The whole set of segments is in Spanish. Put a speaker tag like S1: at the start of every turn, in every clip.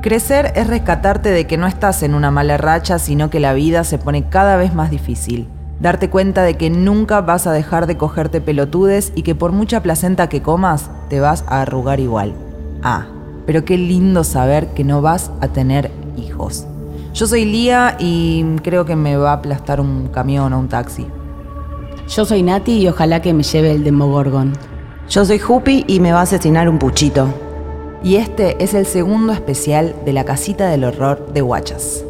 S1: Crecer es rescatarte de que no estás en una mala racha, sino que la vida se pone cada vez más difícil. Darte cuenta de que nunca vas a dejar de cogerte pelotudes y que por mucha placenta que comas, te vas a arrugar igual. Ah, pero qué lindo saber que no vas a tener hijos. Yo soy Lía y creo que me va a aplastar un camión o un taxi.
S2: Yo soy Nati y ojalá que me lleve el Demogorgon.
S3: Yo soy Jupi y me va a asesinar un puchito.
S1: Y este es el segundo especial de la casita del horror de Guachas.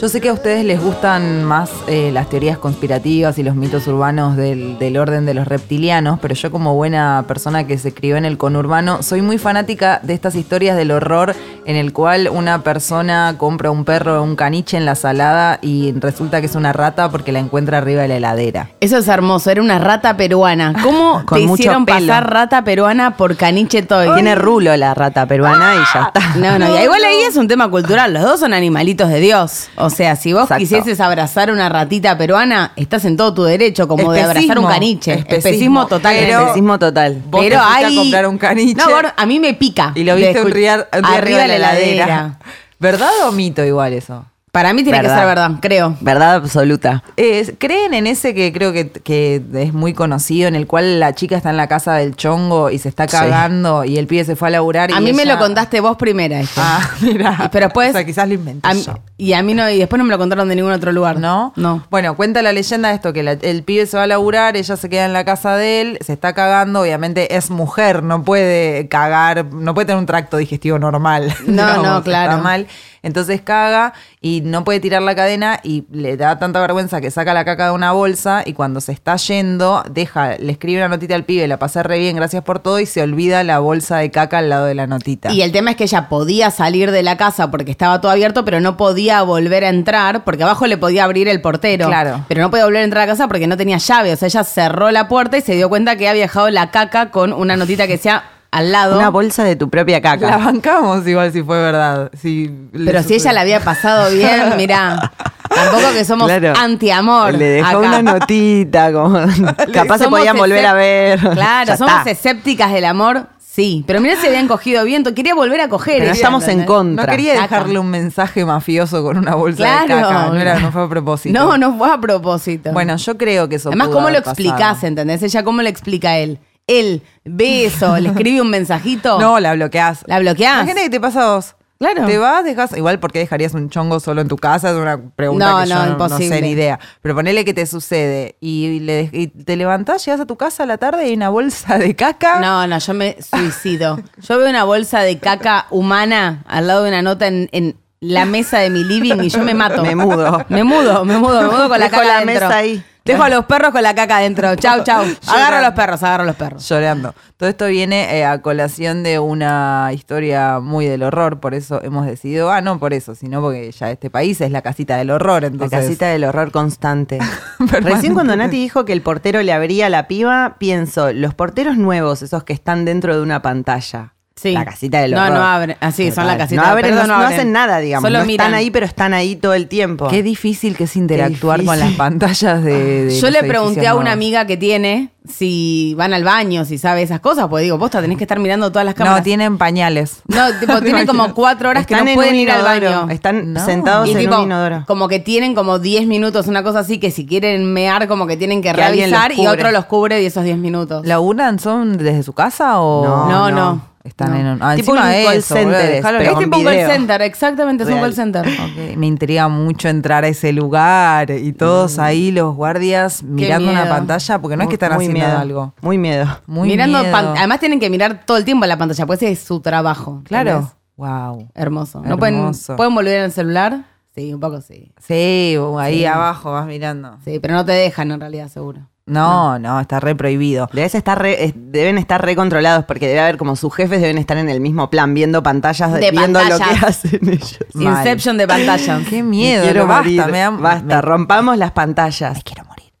S1: Yo sé que a ustedes les gustan más eh, las teorías conspirativas y los mitos urbanos del, del orden de los reptilianos, pero yo como buena persona que se crió en el conurbano, soy muy fanática de estas historias del horror en el cual una persona compra un perro, un caniche en la salada y resulta que es una rata porque la encuentra arriba de la heladera.
S2: Eso es hermoso, era una rata peruana. ¿Cómo
S1: Con
S2: te
S1: mucho
S2: hicieron
S1: pelo.
S2: pasar rata peruana por caniche toy?
S3: Tiene rulo la rata peruana y ya está.
S2: Ah. No, no, y igual ahí es un tema cultural, los dos son animalitos de Dios. O sea, si vos
S1: Exacto.
S2: quisieses abrazar una ratita peruana, estás en todo tu derecho, como de abrazar un
S1: Especismo.
S2: caniche.
S1: Especismo.
S2: Especismo, total.
S1: Pero-
S3: Especismo total.
S1: Vos te fuiste a comprar un caniche.
S2: No, gordo, a mí me pica.
S1: Y lo
S2: de
S1: viste
S2: escu-
S1: arriba, arriba de la heladera. ¿Verdad o mito igual eso?
S2: Para mí tiene
S3: Verdad.
S2: que ser verdad, creo.
S3: Verdad absoluta.
S1: Es- ¿Creen en ese que creo que, que es muy conocido, en el cual la chica está en la casa del chongo y se está cagando y el pibe se fue a laburar? y
S2: A mí me
S1: ella-
S2: lo contaste vos primera. esto.
S1: Ah, mira.
S2: Pero después-
S1: O sea, quizás lo inventé
S2: A mí-
S1: yo.
S2: y a mí no, y después no me lo contaron de ningún otro lugar.
S1: ¿No?
S2: No.
S1: Bueno, cuenta la leyenda de esto, que la- el pibe se va a laburar, ella se queda en la casa de él, se está cagando, obviamente es mujer, no puede cagar, no puede tener un tracto digestivo normal.
S2: No, no, claro.
S1: Está mal. Entonces caga y no puede tirar la cadena y le da tanta vergüenza que saca la caca de una bolsa y cuando se está yendo, deja, le escribe una notita al pibe, la pasé re bien, gracias por todo y se olvida la bolsa de caca al lado de la notita.
S2: Y el tema es que ella podía salir de la casa porque estaba todo abierto, pero no podía volver a entrar porque abajo le podía abrir el portero.
S1: Claro.
S2: Pero no podía volver a entrar a la casa porque no tenía llave. O sea, ella cerró la puerta y se dio cuenta que había dejado la caca con una notita que decía al lado.
S3: Una bolsa de tu propia
S1: la
S3: caca.
S1: bancamos igual si fue verdad. Si le
S2: pero si
S1: sucedió.
S2: ella la había pasado bien, mirá. Tampoco que somos
S3: Claro.
S2: anti-amor.
S3: Le
S2: acá.
S3: dejó una notita, como capaz se
S2: Somos
S3: podían volver
S2: escép-
S3: a ver.
S2: Claro,
S3: Ya
S2: somos
S3: está.
S2: escépticas del amor, sí. Pero mirá, se habían cogido bien. Quería volver a coger.
S3: Pero
S2: ella,
S3: estamos en
S2: ¿entendés?
S3: contra.
S1: No quería
S2: Caca.
S1: dejarle un mensaje mafioso con una bolsa de
S2: Claro.
S1: caca. No, era, no fue a propósito.
S2: No, no fue a propósito.
S1: Bueno, yo creo que eso.
S2: Además,
S1: pudo
S2: ¿cómo lo
S1: haber pasado.
S2: explicás, eh? entendés? Ella, ¿cómo lo explica él? Él ve eso, le escribe un mensajito.
S1: No, la bloqueás.
S2: ¿La bloqueás?
S1: Imagínate que te pasa a vos.
S2: Claro.
S1: Te vas, dejas. Igual, ¿por qué dejarías un chongo solo en tu casa? Es una pregunta
S2: No,
S1: que yo
S2: no,
S1: no, no
S2: imposible.
S1: sé ni idea. Pero ponele que te sucede y, le- y te levantás, llegas a tu casa a la tarde y hay una bolsa de caca.
S2: No, no, yo me suicido. Yo veo una bolsa de caca humana al lado de una nota en, en la mesa de mi living y yo me mato.
S3: Me mudo.
S2: Me mudo, me mudo, me mudo con la
S3: Dejo
S2: caca
S3: la
S2: adentro.
S3: mesa ahí.
S2: Dejo a los perros con la caca adentro. Chau, chau. Agarro a los perros, agarro a los perros.
S1: Llorando. Todo esto viene eh, a colación de una historia muy del horror, por eso hemos decidido, ah, no por eso, sino porque ya este país es la casita del horror,
S3: La
S1: entonces.
S3: casita del horror constante.
S1: Permanente.
S3: Recién cuando Nati dijo que el portero le abría la piba, pienso, los porteros nuevos, esos que están dentro de una pantalla.
S2: Sí.
S3: La casita del
S2: No,
S3: horror.
S2: no abren. Ah, sí,
S3: Total.
S2: son la casita
S3: no
S2: del-
S3: abren,
S2: perdón,
S3: no,
S2: no
S3: no
S2: abren.
S3: hacen nada, digamos.
S2: Solo
S3: no
S2: miran.
S3: están ahí, pero están ahí todo el tiempo.
S1: Qué difícil que es interactuar con
S3: difícil.
S1: las pantallas de. de los
S2: Yo le pregunté
S1: edificios
S2: a una
S1: nuevos.
S2: amiga que tiene si van al baño, si sabe esas cosas, porque digo, posta, tenés que estar mirando todas las cámaras.
S1: No, tienen pañales.
S2: No, tipo, tienen como cuatro horas que
S3: Están
S2: no
S3: en
S2: pueden
S3: un
S2: ir al
S3: inodoro,
S2: baño.
S3: Están
S1: No.
S3: sentados
S2: Y
S3: en
S2: tipo,
S3: un inodoro.
S2: como que tienen como 10 minutos, una cosa así, que si quieren mear, como que tienen que,
S3: Que alguien los
S2: revisar y
S3: cubre.
S2: otro los cubre de esos 10 minutos.
S1: ¿Laburan son desde su casa o.?
S3: No,
S2: no, no.
S1: Están
S2: No.
S1: en un. ah,
S3: Tipo
S1: encima
S3: un
S1: de
S3: call
S1: eso, boludo,
S3: center,
S1: dejalo en
S3: pero
S2: es
S1: la-
S2: este tipo un
S3: video.
S2: call center, exactamente, es un
S3: Real.
S2: call center.
S1: Ok, Me intriga mucho entrar a ese lugar y todos ahí, los guardias, mirando una
S2: miedo.
S1: pantalla, porque no es que están
S3: Muy
S1: haciendo
S3: miedo,
S1: algo.
S3: Muy miedo.
S1: Muy
S2: Mirando
S1: miedo.
S2: pan- Además tienen que mirar todo el tiempo la pantalla, pues ese es su trabajo. ¿entendés?
S1: Claro. Wow.
S2: Hermoso. No pueden,
S1: Hermoso.
S2: pueden volver al celular. Sí, un poco sí.
S1: Sí, ahí abajo vas mirando.
S2: Sí, pero no te dejan en realidad, seguro.
S1: No, no, está re prohibido.
S3: Debes estar re- es- deben estar recontrolados porque debe haber como sus jefes deben estar en el mismo plan viendo pantallas,
S2: De
S3: viendo lo
S2: pantallas.
S3: que hacen ellos.
S1: Mal.
S2: Inception de pantalla.
S1: Qué miedo,
S3: Quiero
S1: no, basta,
S3: morir.
S1: me da-
S3: Basta,
S1: me-
S3: rompamos las pantallas.
S1: quiero morir.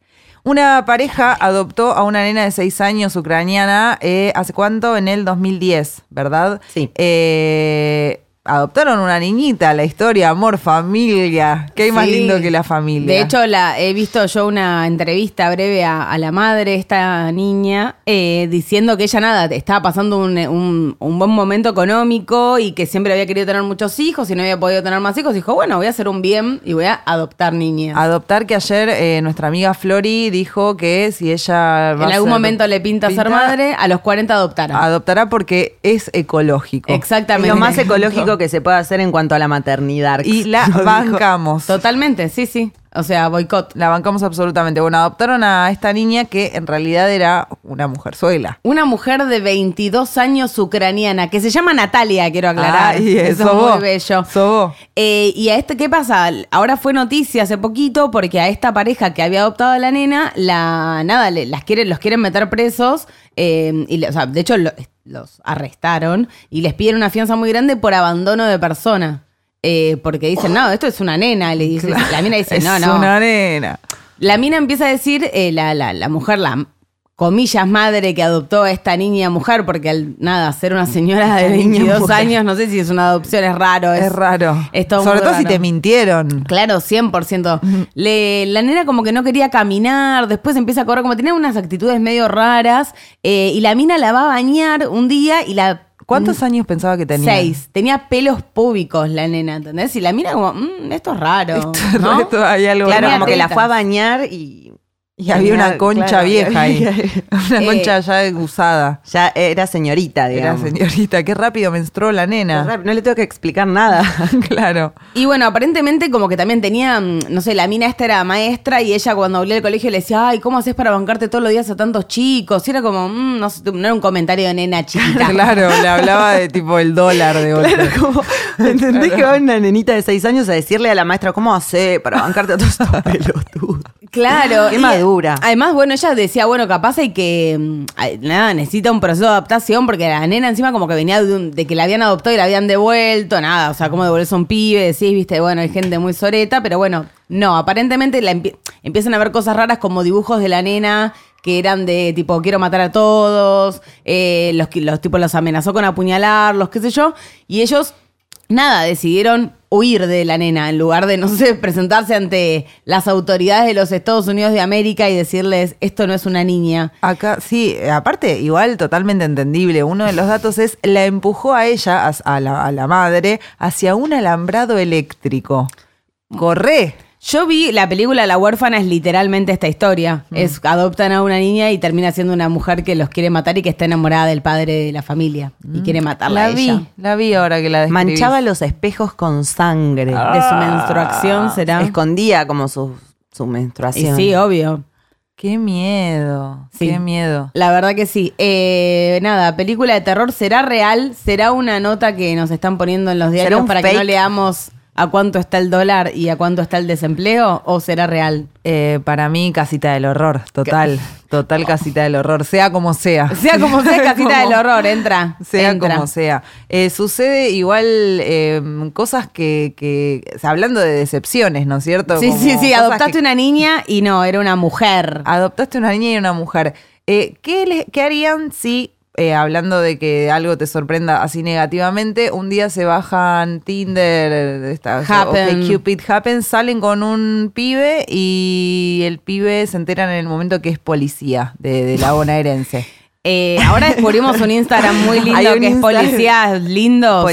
S1: Una pareja adoptó a una nena de 6 años ucraniana, eh, ¿hace cuánto? En el 2010, ¿verdad?
S3: Sí.
S1: Eh, adoptaron una niñita, la historia, amor, familia. ¿Qué hay más
S2: Sí.
S1: lindo que la familia?
S2: De hecho, la, he visto yo una entrevista breve a, a la madre, esta niña, eh, diciendo que ella nada, estaba pasando un, un- un buen momento económico y que siempre había querido tener muchos hijos y no había podido tener más hijos. Dijo, bueno, voy a hacer un bien y voy a adoptar niñas.
S1: adoptar que ayer eh, nuestra amiga Flori dijo que si ella va
S2: en
S1: a
S2: algún
S1: ser-
S2: momento le pinta, ser madre, a los 40 adoptaron.
S1: adoptará porque es ecológico.
S2: Exactamente.
S3: lo más ecológico que se puede hacer en cuanto a la maternidad.
S1: Y la
S3: Lo dijo.
S1: bancamos.
S2: Totalmente, sí, sí. O sea, boicot.
S1: La bancamos absolutamente. Bueno, adoptaron a esta niña que en realidad era una mujerzuela.
S2: Una mujer de 22 años ucraniana que se llama Natalia, quiero aclarar.
S1: Ay,
S2: Eso
S1: sos
S2: es muy
S1: vos,
S2: bello.
S1: sos vos.
S2: Eh, y a este, ¿qué pasa? Ahora fue noticia hace poquito porque a esta pareja que había adoptado a la nena, la nada, le- las quieren, los quieren meter presos. eh, y, le- o sea, de hecho, lo- los arrestaron y les piden una fianza muy grande por abandono de persona. Eh, porque dicen, no, esto es una nena. Le dice, La mina dice,
S1: es
S2: no, no.
S1: una nena.
S2: La mina empieza a decir, eh, la, la- la mujer, la comillas madre que adoptó a esta niña mujer, porque al nada, ser una señora de
S1: Esta niña
S2: 22
S1: mujer.
S2: años, no sé si es una adopción, es raro.
S1: Es, raro.
S2: es todo
S1: Sobre
S2: muy
S1: todo si
S2: raro.
S1: te mintieron.
S2: Claro, 100%. Le, la nena como que no quería caminar, después empieza a correr, como tenía unas actitudes medio raras, eh, y la mina la va a bañar un día y la... mm,
S1: ¿Cuántos años pensaba que tenía?
S2: Seis. Tenía pelos púbicos la nena, ¿entendés? Y la mina como, "Mm, esto es raro.
S1: Esto-
S2: ¿no?
S1: esto hay algo
S3: Claro,
S1: raro.
S3: como que la
S2: tetas.
S3: fue a bañar y.
S1: Y había una
S3: Claro,
S1: concha
S3: claro,
S1: vieja ahí.
S3: había-
S1: una
S2: Eh,
S1: concha ya usada.
S3: Ya era señorita,
S1: Era
S3: digamos.
S1: señorita. Qué rápido menstruó la nena.
S3: No le tengo que explicar nada.
S1: claro.
S2: Y bueno, aparentemente como que también tenía, mm, no sé, la mina esta era maestra y ella cuando volvió al colegio le decía, ay, ¿cómo haces para bancarte todos los días a tantos chicos? Y era como, "Mm, no sé, no era un comentario de nena chiquita.
S1: Claro, le hablaba de tipo el dólar de golpe.
S3: Claro, como, ¿entendés que va una nenita de seis años a decirle a la maestra cómo hace para bancarte a todos estos pelotudos?
S2: Claro.
S3: Ah, Qué
S2: y,
S3: madura.
S2: Además, bueno, ella decía, bueno, capaz hay que. mm, ay, Nada, necesita un proceso de adaptación porque la nena encima como que venía de, un- de que la habían adoptado y la habían devuelto, nada. O sea, como devolverse a un pibe, decís, viste, bueno, hay gente muy soreta, pero bueno, no. Aparentemente la empie- empiezan a ver cosas raras como dibujos de la nena que eran de tipo quiero matar a todos, eh, los, que- los tipos los amenazó con apuñalarlos, qué sé yo, y ellos nada, decidieron huir de la nena en lugar de, no sé, presentarse ante las autoridades de los Estados Unidos de América y decirles, esto no es una niña.
S1: Acá, sí, eh, aparte, igual totalmente entendible. Uno de los datos es la empujó a ella, as- a, la, a la madre, hacia un alambrado eléctrico. Corre.
S2: Yo vi la película La huérfana es literalmente esta historia.
S1: Mm.
S2: Es adoptan a una niña y termina siendo una mujer que los quiere matar y que está enamorada del padre de la familia y quiere matarla
S1: Mm. la
S2: a ella.
S1: vi, la vi ahora que la describís.
S3: Manchaba los espejos con sangre.
S2: De su menstruación
S1: Ah.
S2: será.
S3: Escondía como su, su
S2: Y
S3: menstruación.
S2: sí, obvio.
S1: Qué miedo,
S2: Sí.
S1: qué miedo.
S2: La verdad que sí. Eh, nada, película de terror será real, será una nota que nos están poniendo en los diarios
S3: un
S2: para que
S3: fake?
S2: no leamos a cuánto está el dólar y a cuánto está el desempleo o será real.
S1: Eh, para mí, casita del horror, total, total casita del horror, sea como sea.
S2: Sea como sea, casita
S1: Como-
S2: del horror, entra.
S1: Sea
S2: entra.
S1: como sea. Eh, sucede igual eh, cosas que, que- o sea, hablando de decepciones, ¿no es cierto?
S2: Sí,
S1: Como
S2: sí, sí,
S1: cosas
S2: adoptaste
S1: que-
S2: una niña y no, era una mujer.
S1: Adoptaste una niña y una mujer. Eh, ¿qué, le- qué harían si, eh, hablando de que algo te sorprenda así negativamente, un día se bajan Tinder, esta, o sea,
S2: Happen.
S1: OkCupid, Happen, salen con un pibe y el pibe se enteran en el momento que es policía de, de la bonaerense?
S2: Eh, ahora descubrimos un Instagram muy
S3: Hay
S2: lindo
S3: un
S2: que es
S3: Instagram.
S2: policías lindos.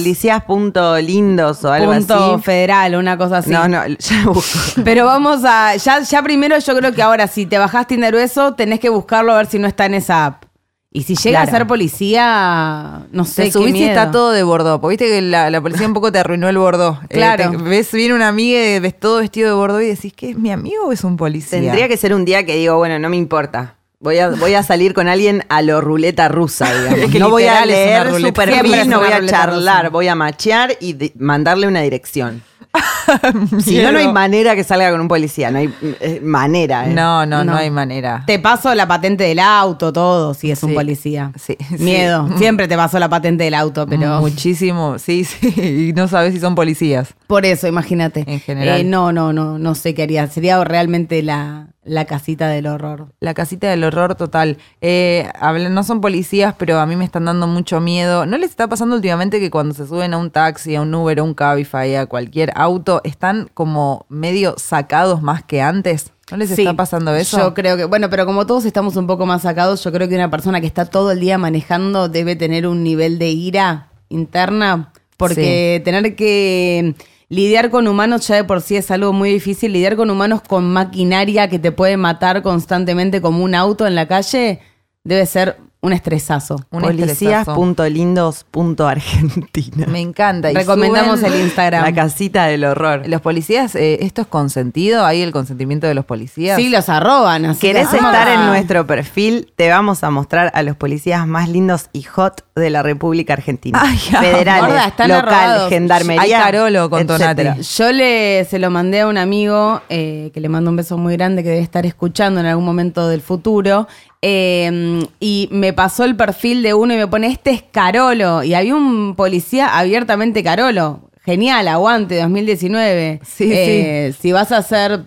S3: Policías.lindos o algo
S2: punto
S3: así.
S2: federal, una cosa así.
S3: No, no, ya busco.
S2: Pero vamos a. Ya, ya primero, yo creo que ahora, si te bajás Tinder o eso, tenés que buscarlo a ver si no está en esa app. Y si llega
S1: Claro.
S2: a ser policía, no sé.
S1: Te
S2: qué
S1: subís y
S2: miedo.
S1: está todo de bordó. Porque viste que la, la policía un poco te arruinó el bordó. Eh,
S2: Claro.
S1: te- ves, viene una amiga y ves todo vestido de bordó y decís, ¿qué es mi amigo o es un policía?
S3: Tendría que ser un día que digo, bueno, no me importa. Voy a, voy a salir con alguien a lo ruleta rusa, digamos.
S1: Es que
S3: no voy a
S1: literal es una
S3: leer
S1: ruleta.
S3: super
S2: Siempre es una
S3: no voy a
S2: ruleta
S3: charlar,
S2: rusa.
S3: voy a machear y de- mandarle una dirección. si no, no hay
S1: Miedo.
S3: manera que salga con un policía, no hay eh, manera. eh.
S1: No, no, no,
S2: No.
S1: hay manera.
S2: Te paso la patente del auto, todo, si es
S1: Sí.
S2: un policía.
S1: Sí, sí. Mm,
S2: Miedo. Siempre te paso la patente del auto, pero.
S1: Muchísimo, sí, sí. Y no sabes si son policías.
S2: Por eso, imagínate.
S1: En general.
S2: Eh, no, no, no, no sé qué haría. Sería realmente la, La casita del horror.
S1: La casita del horror total. Eh, habla- no son policías, pero a mí me están dando mucho miedo. ¿No les está pasando últimamente que cuando se suben a un taxi, a un Uber, a un Cabify, a cualquier auto, están como medio sacados más que antes? ¿No les
S2: Sí.
S1: está pasando eso?
S2: Yo creo que, bueno, pero como todos estamos un poco más sacados, yo creo que una persona que está todo el día manejando debe tener un nivel de ira interna, porque tener que lidiar con humanos ya de por sí es algo muy difícil, lidiar con humanos con maquinaria que te puede matar constantemente como un auto en la calle debe ser un estresazo.
S1: Un estresazo.
S3: Policías.lindos.argentina.
S1: Me encanta. Y
S2: Recomendamos
S1: suben-
S2: el Instagram.
S3: La casita del horror.
S1: Los policías, eh, ¿esto es consentido? ¿Hay el consentimiento de los policías?
S2: Sí, los arroban. así
S3: ¿Querés
S2: que-
S3: estar
S2: Ah.
S3: en nuestro perfil? Te vamos a mostrar a los policías más lindos y hot de la República Argentina.
S1: Ay,
S3: Federales,
S2: gorda, están
S3: local,
S2: arrobados.
S3: gendarmería.
S1: Hay Carolo con
S3: etcétera.
S1: Tonati.
S2: Yo le se lo mandé a un amigo eh, que le mando un beso muy grande que debe estar escuchando en algún momento del futuro. eh, y me pasó el perfil de uno y me pone, este es Carolo. Y había un policía abiertamente Carolo. Genial, aguante, 2019.
S1: Sí,
S2: Eh, Si vas a ser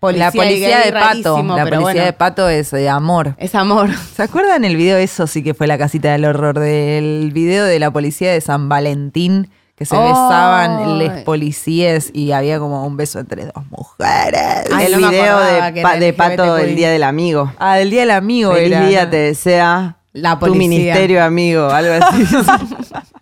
S2: policía,
S1: la policía
S2: gay,
S1: de Pato.
S2: rarísimo,
S1: la
S2: pero
S1: policía
S2: bueno,
S1: de Pato es de amor.
S2: Es amor.
S1: ¿Se acuerdan el video? Eso sí que fue la casita del horror. Del video de la policía de San Valentín, que se
S2: Ay.
S1: besaban les policías y había como un beso entre dos mujeres.
S2: Ay,
S3: el
S2: no me
S3: video
S2: acordaba que
S3: de, pa-
S2: era
S3: de Pato
S2: LGBTQI.
S3: del Día del Amigo.
S1: Ah, el día del amigo
S3: Feliz
S1: era,
S3: día
S1: ¿no?
S3: te desea
S2: La
S3: tu
S2: policía.
S3: ministerio amigo, algo así.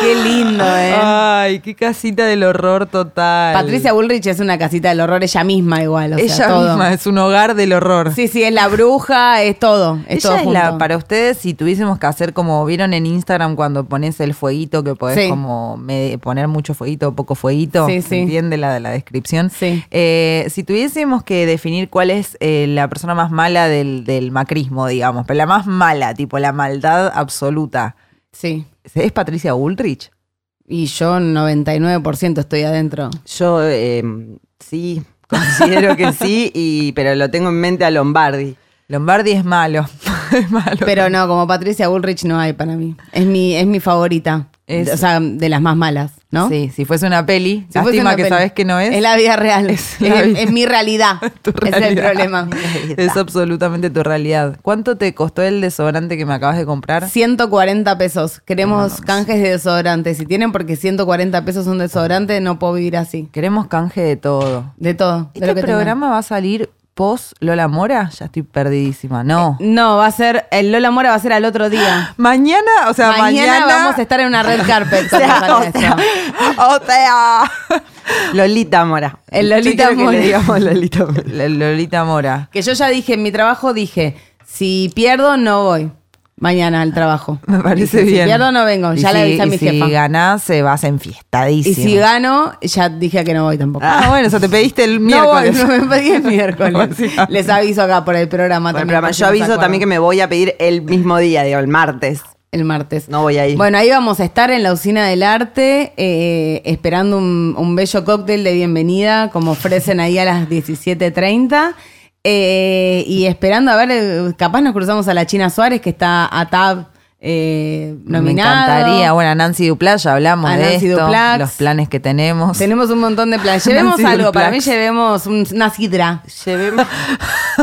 S2: Qué lindo, ¿eh?
S1: Ay, qué casita del horror total.
S2: Patricia Bullrich es una casita del horror ella misma igual. o sea,
S1: Ella
S2: todo.
S1: misma es un hogar del horror.
S2: Sí, sí, es la bruja, es todo. Es todo
S1: Ella es
S2: junto.
S1: la, para ustedes, si tuviésemos que hacer como vieron en Instagram cuando pones el fueguito, que podés
S2: Sí.
S1: como me- poner mucho fueguito o poco fueguito,
S2: Sí,
S1: ¿se
S2: sí.
S1: entiende la de la descripción?
S2: Sí.
S1: Eh, si tuviésemos que definir cuál es eh, la persona más mala del, del macrismo, digamos, pero la más mala, tipo la maldad absoluta,
S2: Sí.
S1: ¿es Patricia Ulrich?
S2: Y yo 99% estoy adentro.
S3: Yo eh, sí, considero que sí, y, pero lo tengo en mente a Lombardi.
S1: Lombardi es malo, es malo.
S2: Pero no, como Patricia Bullrich no hay para mí. Es mi, es mi favorita.
S1: Es-
S2: O sea, de las más malas, ¿no?
S1: Sí, si fuese una peli,
S2: Si fuese
S1: lástima
S2: una
S1: que
S2: peli.
S1: sabes que no es.
S2: Es la vida real.
S1: Es
S2: Es,
S1: la vida.
S2: es mi realidad.
S1: tu
S2: Es el
S1: realidad.
S2: problema.
S1: Es absolutamente tu realidad. ¿Cuánto te costó el desodorante que me acabas de comprar?
S2: 140 pesos. Queremos canjes de desodorante. Si tienen, porque 140 pesos un desodorante, no puedo vivir así.
S1: Queremos canje de todo.
S2: De todo. de
S1: ¿Este
S2: lo que tengan.
S1: programa va a salir post Lola Mora? Ya estoy perdidísima. No.
S2: No, va a ser. El Lola Mora va a ser al otro día.
S1: mañana, o sea, mañana.
S2: mañana, vamos a estar en una red carpet.
S1: O sea,
S2: con
S1: o
S2: el
S1: sea,
S2: maestro.
S1: o sea.
S3: Lolita Mora.
S2: El
S3: Yo
S2: Lolita
S3: quiero que
S2: Mora.
S3: le digamos Lolita Mora.
S1: La Lolita Mora.
S2: Que yo ya dije, en mi trabajo dije, si pierdo, no voy mañana al trabajo.
S1: Me parece
S2: Dije,
S1: bien.
S2: Si pierdo, no vengo. Ya
S1: Y
S2: le
S1: si-
S2: avisé a
S1: y
S2: mi
S1: si
S2: jefa.
S1: ganás, eh, vas
S2: y
S1: enfiestadísimo.
S2: si gano, ya dije que no voy tampoco.
S1: Ah, bueno, o sea, te pediste el
S2: no voy,
S1: miércoles.
S2: no me pedí el miércoles.
S1: Básicamente.
S2: Les aviso acá por el programa
S3: Bueno,
S2: también.
S3: pero
S2: por si
S3: yo
S2: no se
S3: aviso
S2: acuerdan.
S3: también que me voy a pedir el mismo día, digo, el martes.
S2: El martes.
S3: No voy a
S1: Eh.
S3: ir.
S2: Bueno, ahí vamos a estar en la usina del arte, eh, esperando un, un bello cóctel de bienvenida, como ofrecen ahí a las 17.30. eh, y esperando a ver, eh, capaz nos cruzamos a la China Suárez, que está a TAB eh, nominada.
S1: Me encantaría. Bueno, a Nancy Duplá ya hablamos
S2: A
S1: de
S2: Nancy
S1: esto,
S2: Duplax.
S1: los planes que tenemos.
S2: Tenemos un montón de planes. Llevemos
S1: Nancy
S2: algo, para mí
S1: Duplax.
S2: llevemos un- una sidra.
S3: Llevemos.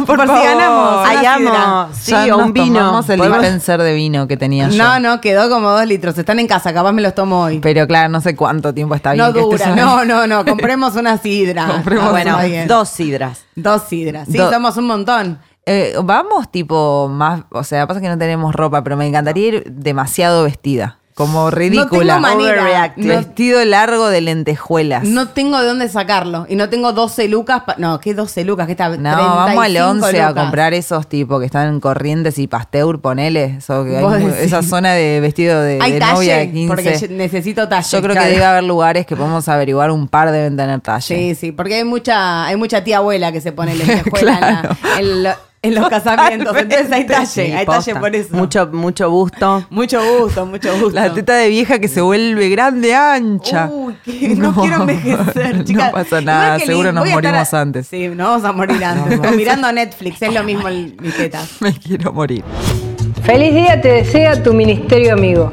S1: Por,
S2: si ganamos,
S3: Ay,
S2: una
S3: amo.
S2: sidra.
S3: Sí,
S1: ya
S3: o
S1: nos
S3: un vino.
S1: tomamos el
S3: Podemos-
S1: dispenser de vino que tenía yo.
S2: No, no, quedó como dos litros. Están en casa, capaz me los tomo hoy.
S1: Pero claro, no sé cuánto tiempo está bien.
S2: no
S1: que estés
S2: dura,
S1: ahí.
S2: no, no, no. Compremos una sidra.
S1: Compremos
S2: Ah,
S1: una-
S2: bueno,
S1: Muy
S3: bueno,
S2: bien.
S3: dos sidras.
S2: Dos sidras. Sí,
S1: Do-
S2: somos un montón.
S1: Eh, vamos tipo más, o sea, pasa que no tenemos ropa, pero me encantaría ir demasiado vestida, como ridícula,
S2: tengo manera.
S1: overreact.
S2: No-
S1: vestido largo de lentejuelas.
S2: No tengo de dónde sacarlo. Y no tengo 12 lucas. pa- no, ¿qué 12 lucas? ¿Qué está?
S1: No, vamos al
S2: 35
S1: 11 a
S2: lucas.
S1: comprar esos tipo que están en Corrientes y Pasteur, ponele, eso que hay
S2: Vos
S1: mu-
S2: decís.
S1: esa zona de vestido de,
S2: Hay
S1: eh, de
S2: talle,
S1: novia de 15.
S2: porque yo- necesito talle.
S1: Yo creo
S2: claro.
S1: que debe haber lugares que podemos averiguar un par deben tener talle.
S2: Sí, sí, porque hay mucha, hay mucha tía abuela que se pone lentejuela
S1: Claro.
S2: en, la- en lo- en los casamientos. Entonces hay talle,
S3: Sí,
S2: hay
S3: posta.
S2: talle por eso.
S3: Mucho, mucho gusto.
S2: mucho gusto, mucho gusto.
S1: La teta de vieja que se vuelve grande, ancha.
S2: Uy, qué- no, quiero envejecer, chicas.
S1: No pasa
S2: Igual
S1: nada,
S2: que
S1: seguro
S2: li-
S1: nos
S2: voy a estar a-
S1: morimos antes.
S2: Sí, nos vamos a morir antes. O mirando Netflix, es lo mismo el- mis tetas.
S1: Me quiero morir.
S4: Feliz día te desea tu ministerio amigo.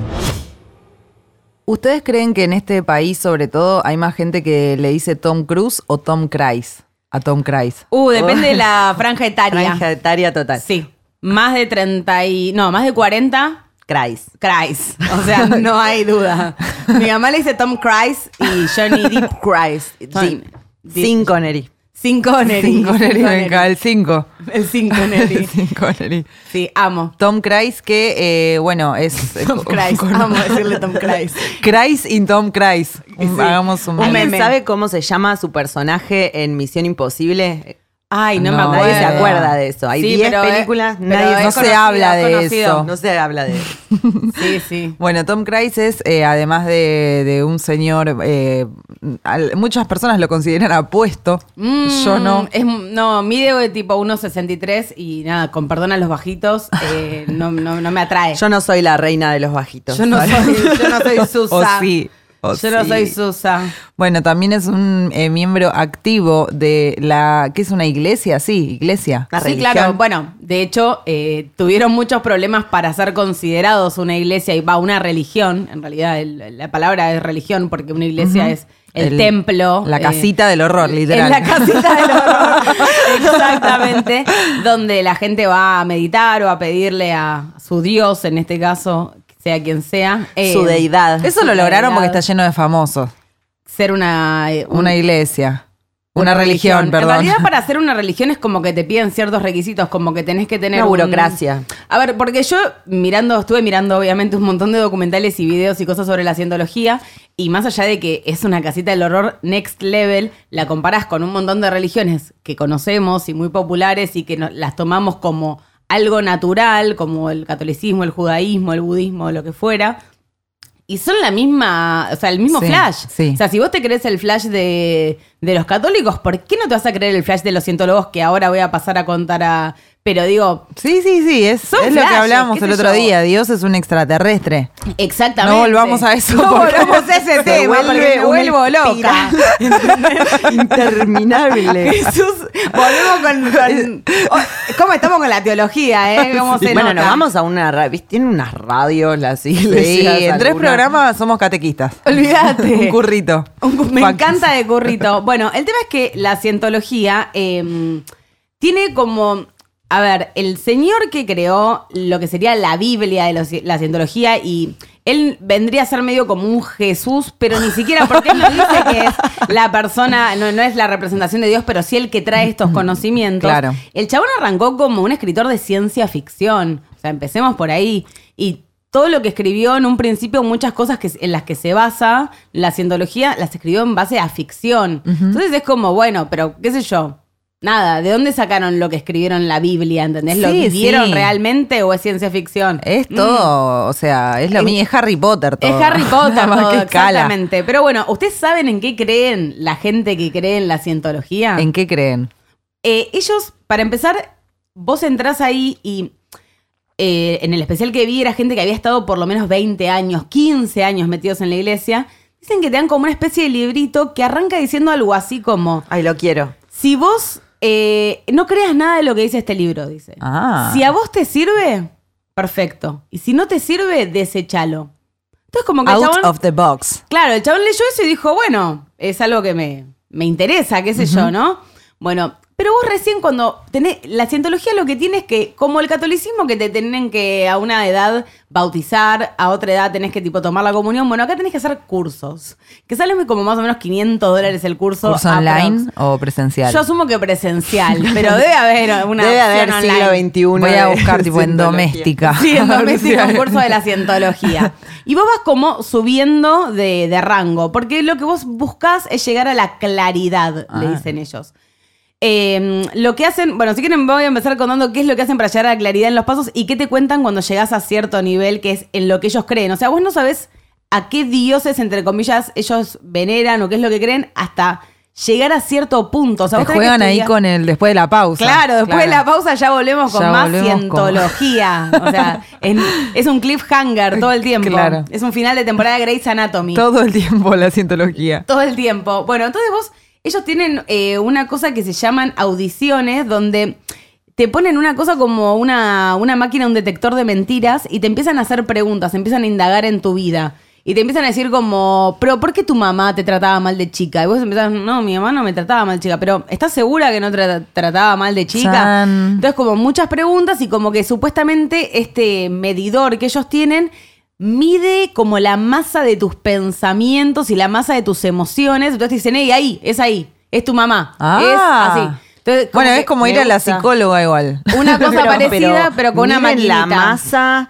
S1: ¿Ustedes creen que en este país, sobre todo, hay más gente que le dice Tom Cruise o Tom Cruise? a Tom Cruise.
S2: Uh, depende de la franja etaria.
S3: Franja etaria total.
S2: Sí. Más de 30 y... No, más de 40,
S3: Crais.
S2: Christ. O sea, no hay duda. Mi mamá le dice Tom Christ y Johnny Deep Christ.
S3: Sí.
S2: Deep-
S3: Sin Connery.
S2: Sin Connery.
S1: Sin Connery,
S2: Sin
S1: venga, el 5.
S2: Connery. El Sin Connery.
S1: Sin Connery.
S2: Sí, amo.
S1: Tom Cruise, que eh, bueno, es.
S2: Tom Christ. Amo decirle Tom Christ.
S1: Cruise y Tom Cruise. Un-
S2: Sí.
S1: Hagamos un,
S2: Un
S1: meme.
S3: ¿Alguien
S2: meme.
S3: sabe cómo se llama su personaje en Misión Imposible?
S2: Ay, no, me
S1: No,
S2: acuerdo.
S1: nadie se acuerda
S3: de eso. Hay
S2: Sí,
S3: 10
S2: pero es-
S3: películas,
S2: pero
S3: nadie-
S2: es
S1: no se habla de eso.
S3: No se habla de eso.
S2: Sí, sí.
S1: Bueno, Tom Cruise es, eh, además de, de un señor, eh, al- muchas personas lo consideran apuesto.
S2: Mm,
S1: Yo no.
S2: Es, no, mide de tipo 1,63 y nada, con perdón a los bajitos, eh, no, no, no me atrae.
S3: Yo no soy la reina de los bajitos.
S2: Yo no soy, yo no soy Susa.
S1: O sí, o
S2: yo no
S1: Oh, sí.
S2: soy Susa.
S1: Bueno, también es un eh, miembro activo de la. ¿Qué es una iglesia? Sí, iglesia.
S3: La
S2: Ah, sí,
S3: religión.
S2: claro. Bueno, de hecho, eh, tuvieron muchos problemas para ser considerados una iglesia y va una religión. En realidad, el- la palabra es religión porque una iglesia es el,
S1: El-
S2: templo.
S1: la
S2: eh,
S1: casita del horror, literal.
S2: En la casita del horror. Exactamente. Donde la gente va a meditar o a pedirle a su Dios, en este caso, sea quien sea. eh,
S3: Su deidad.
S1: Eso lo
S2: la
S1: lograron porque
S2: verdad.
S1: está lleno de famosos.
S2: Ser una. eh, un-
S1: Una iglesia. Una, religión,
S2: En
S1: perdón.
S2: realidad, para hacer una religión es como que te piden ciertos requisitos, como que tenés que tener.
S3: Una
S2: un-
S3: burocracia.
S2: A ver, porque yo mirando, estuve mirando obviamente un montón de documentales y videos y cosas sobre la cientología, y más allá de que es una casita del horror next level, la comparás con un montón de religiones que conocemos y muy populares y que no- las tomamos como algo natural, como el catolicismo, el judaísmo, el budismo, lo que fuera. Y son la misma, o sea, el mismo
S1: Sí,
S2: flash.
S1: sí.
S2: O sea, si vos te crees el flash de, de los católicos, ¿por qué no te vas a creer el flash de los cientólogos que ahora voy a pasar a contar a... Pero digo,
S1: Sí, sí, sí, es,
S2: Son
S1: es lo que
S2: flashes,
S1: hablamos
S2: qué
S1: el
S2: sé
S1: otro
S2: yo.
S1: día. Dios es un extraterrestre.
S2: exactamente.
S1: No volvamos a eso,
S2: No
S1: porque-
S2: volvamos a ese tema,
S3: vuelve
S2: porque me
S3: una
S2: vuelvo loca.
S3: Interminable.
S2: Jesús, volvemos con... con- oh, ¿Cómo estamos con la teología, eh? ¿Cómo se
S3: bueno,
S2: nota?
S3: nos vamos a una radio. ¿viste? Tienen unas radios las iglesias.
S1: Sí, en tres
S3: algunas.
S1: programas somos catequistas.
S2: Olvídate.
S1: Un currito.
S2: Un cu- Me
S1: Fax.
S2: encanta de currito. Bueno, el tema es que la cientología eh, tiene como. A ver, el señor que creó lo que sería la Biblia de los- la cientología y. Él vendría a ser medio como un Jesús, pero ni siquiera porque él no dice que es la persona, no, no es la representación de Dios, pero sí el que trae estos conocimientos.
S1: Claro.
S2: El chabón arrancó como un escritor de ciencia ficción. O sea, empecemos por ahí. Y todo lo que escribió en un principio, muchas cosas que, en las que se basa la cientología, las escribió en base a ficción. Entonces es como, bueno, pero qué sé yo. Nada, ¿de dónde sacaron lo que escribieron en la Biblia? ¿Entendés? ¿Lo
S1: Sí,
S2: vivieron
S1: sí.
S2: realmente o es ciencia ficción?
S1: Es todo, o sea, es lo mío, es Harry Potter todo.
S2: Mm. Es Harry Potter,
S1: Nada más
S2: todo,
S1: que escala.
S2: exactamente. Pero bueno, ¿ustedes saben en qué creen la gente que cree en la cientología?
S1: ¿En qué creen?
S2: Eh, ellos, para empezar, vos entrás ahí y eh, en el especial que vi era gente que había estado por lo menos 20 años, 15 años metidos en la iglesia. Dicen que te dan como una especie de librito que arranca diciendo algo así como,
S3: Ay, lo quiero.
S2: si vos eh, no creas nada de lo que dice este libro, dice.
S1: Ah.
S2: Si a vos te sirve, perfecto. Y si no te sirve, desechalo. Entonces como que el
S1: Out
S2: chabón-
S1: of the box.
S2: Claro, el chabón leyó eso y dijo, bueno, es algo que me, me interesa, qué sé yo, ¿no? Bueno, pero vos recién cuando tenés, la cientología lo que tiene es que, como el catolicismo, que te tienen que a una edad bautizar, a otra edad tenés que tipo tomar la comunión, bueno, acá tenés que hacer cursos, que salen como más o menos 500 dólares el curso.
S1: ¿Curso
S2: aprox.
S1: online o presencial?
S2: ah, Yo asumo que presencial, pero debe haber una
S3: Debe haber
S2: opción
S3: siglo
S2: online.
S3: XXI.
S1: Voy a
S3: de
S1: buscar tipo en
S3: cientología.
S1: doméstica.
S2: Sí, en
S1: A ver si
S2: doméstica,
S1: hay-
S2: un curso de la cientología. Y vos vas como subiendo de, de rango, porque lo que vos buscás es llegar a la claridad, le
S1: Ah.
S2: dicen ellos. Eh, lo que hacen, bueno, si quieren voy a empezar contando qué es lo que hacen para llegar a la claridad en los pasos y qué te cuentan cuando llegás a cierto nivel que es en lo que ellos creen. O sea, vos no sabés a qué dioses, entre comillas, ellos veneran o qué es lo que creen hasta llegar a cierto punto. O sea,
S1: Te
S2: vos tenés que
S1: juegan ahí
S2: estudiar-
S1: con el después de la pausa.
S2: Claro, después de la pausa ya volvemos con
S1: Ya
S2: más
S1: volvemos con-
S2: cientología. O sea, en- es un cliffhanger todo el tiempo.
S1: Claro.
S2: Es un final de temporada de Grey's Anatomy.
S1: Todo el tiempo la cientología.
S2: Todo el tiempo. Bueno, entonces vos, ellos tienen eh, una cosa que se llaman audiciones, donde te ponen una cosa como una, una máquina, un detector de mentiras, y te empiezan a hacer preguntas, empiezan a indagar en tu vida. Y te empiezan a decir como, pero ¿por qué tu mamá te trataba mal de chica? Y vos empezás, no, mi mamá no me trataba mal de chica, pero ¿estás segura que no tra- trataba mal de chica?
S1: San.
S2: Entonces como muchas preguntas y como que supuestamente este medidor que ellos tienen mide como la masa de tus pensamientos y la masa de tus emociones. Entonces te dicen, hey, ahí, es ahí, es tu mamá.
S1: Ah.
S2: Es así. Entonces,
S1: bueno,
S2: Eh, que
S1: es como
S2: me
S1: ir a la
S2: gusta.
S1: psicóloga igual.
S2: Una cosa parecida, pero, con una
S3: miren
S2: maquinita.
S3: la masa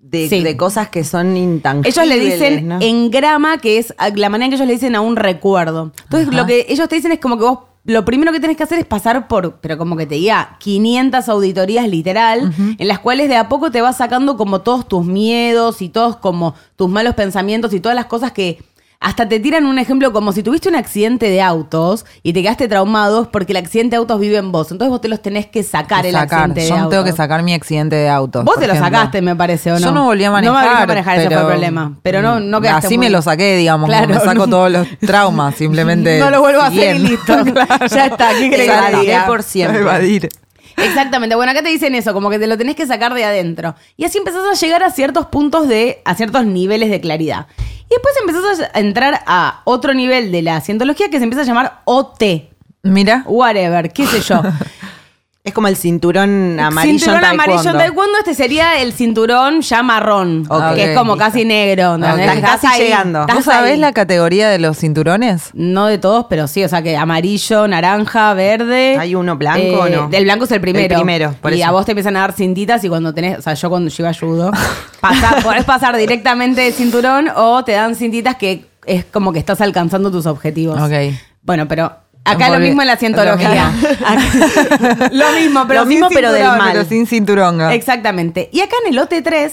S3: de,
S2: Sí.
S3: de cosas que son intangibles.
S2: Ellos le dicen
S3: ¿no?
S2: en grama, que es la manera en que ellos le dicen a un recuerdo. Entonces, lo que ellos te dicen es como que vos. Lo primero que tenés que hacer es pasar por, pero como que te diga, 500 auditorías literal, en las cuales de a poco te vas sacando como todos tus miedos y todos como tus malos pensamientos y todas las cosas que hasta te tiran un ejemplo como si tuviste un accidente de autos y te quedaste traumado es porque el accidente de autos vive en vos. Entonces vos te los tenés que sacar, el
S1: Sacar.
S2: accidente de
S1: Yo
S2: autos.
S1: tengo que sacar mi accidente de auto.
S2: Vos
S1: por
S2: te lo
S1: ejemplo.
S2: sacaste, me parece, ¿o no?
S1: Yo no volví a
S2: No me
S1: manejar.
S2: volví a manejar, ese fue el
S1: pero-
S2: problema. Pero no- no quedaste
S1: Así
S2: muy-
S1: me lo saqué, digamos. como
S2: Claro,
S1: me saco
S2: no.
S1: todos los traumas, simplemente.
S2: No lo vuelvo a hacer y
S1: siguiendo.
S2: listo. Ya está, ¿qué crees que te
S3: Evadiré
S2: diga?
S3: por siempre.
S1: Evadir.
S2: Exactamente. Bueno, acá te dicen eso, como que te lo tenés que sacar de adentro. Y así empezás a llegar a ciertos puntos de, a ciertos niveles de claridad. Y después empezás a entrar a otro nivel de la cientología que se empieza a llamar OT,
S1: Mira.
S2: Uh, whatever, qué sé yo.
S3: Es como el cinturón amarillo
S2: cinturón
S3: en taekwondo.
S2: amarillo en taekwondo, este sería el cinturón ya marrón,
S1: Ok.
S2: que es como
S1: Listo.
S2: casi negro. ¿entendés?
S3: Ok. Estás casi llegando.
S2: estás
S1: ¿Vos sabés
S2: ahí.
S1: la categoría de los cinturones?
S2: No de todos, pero sí, o sea que amarillo, naranja, verde.
S3: ¿Hay uno blanco o no?
S2: El blanco es el primero.
S3: El primero, por
S2: Y
S3: eso.
S2: a vos te empiezan a dar cintitas y cuando tenés, o sea, yo cuando yo iba a judo, pasá- podés pasar directamente de cinturón o te dan cintitas que es como que estás alcanzando tus objetivos.
S1: Ok.
S2: Bueno, pero acá lo
S1: Volví-
S2: mismo en la cientología. Acá- lo mismo, pero
S3: Lo mismo,
S2: sin
S3: pero del
S2: cinturón.
S3: mal.
S1: Pero sin
S3: Ah.
S1: cinturonga.
S2: Exactamente. Y acá en el OT3,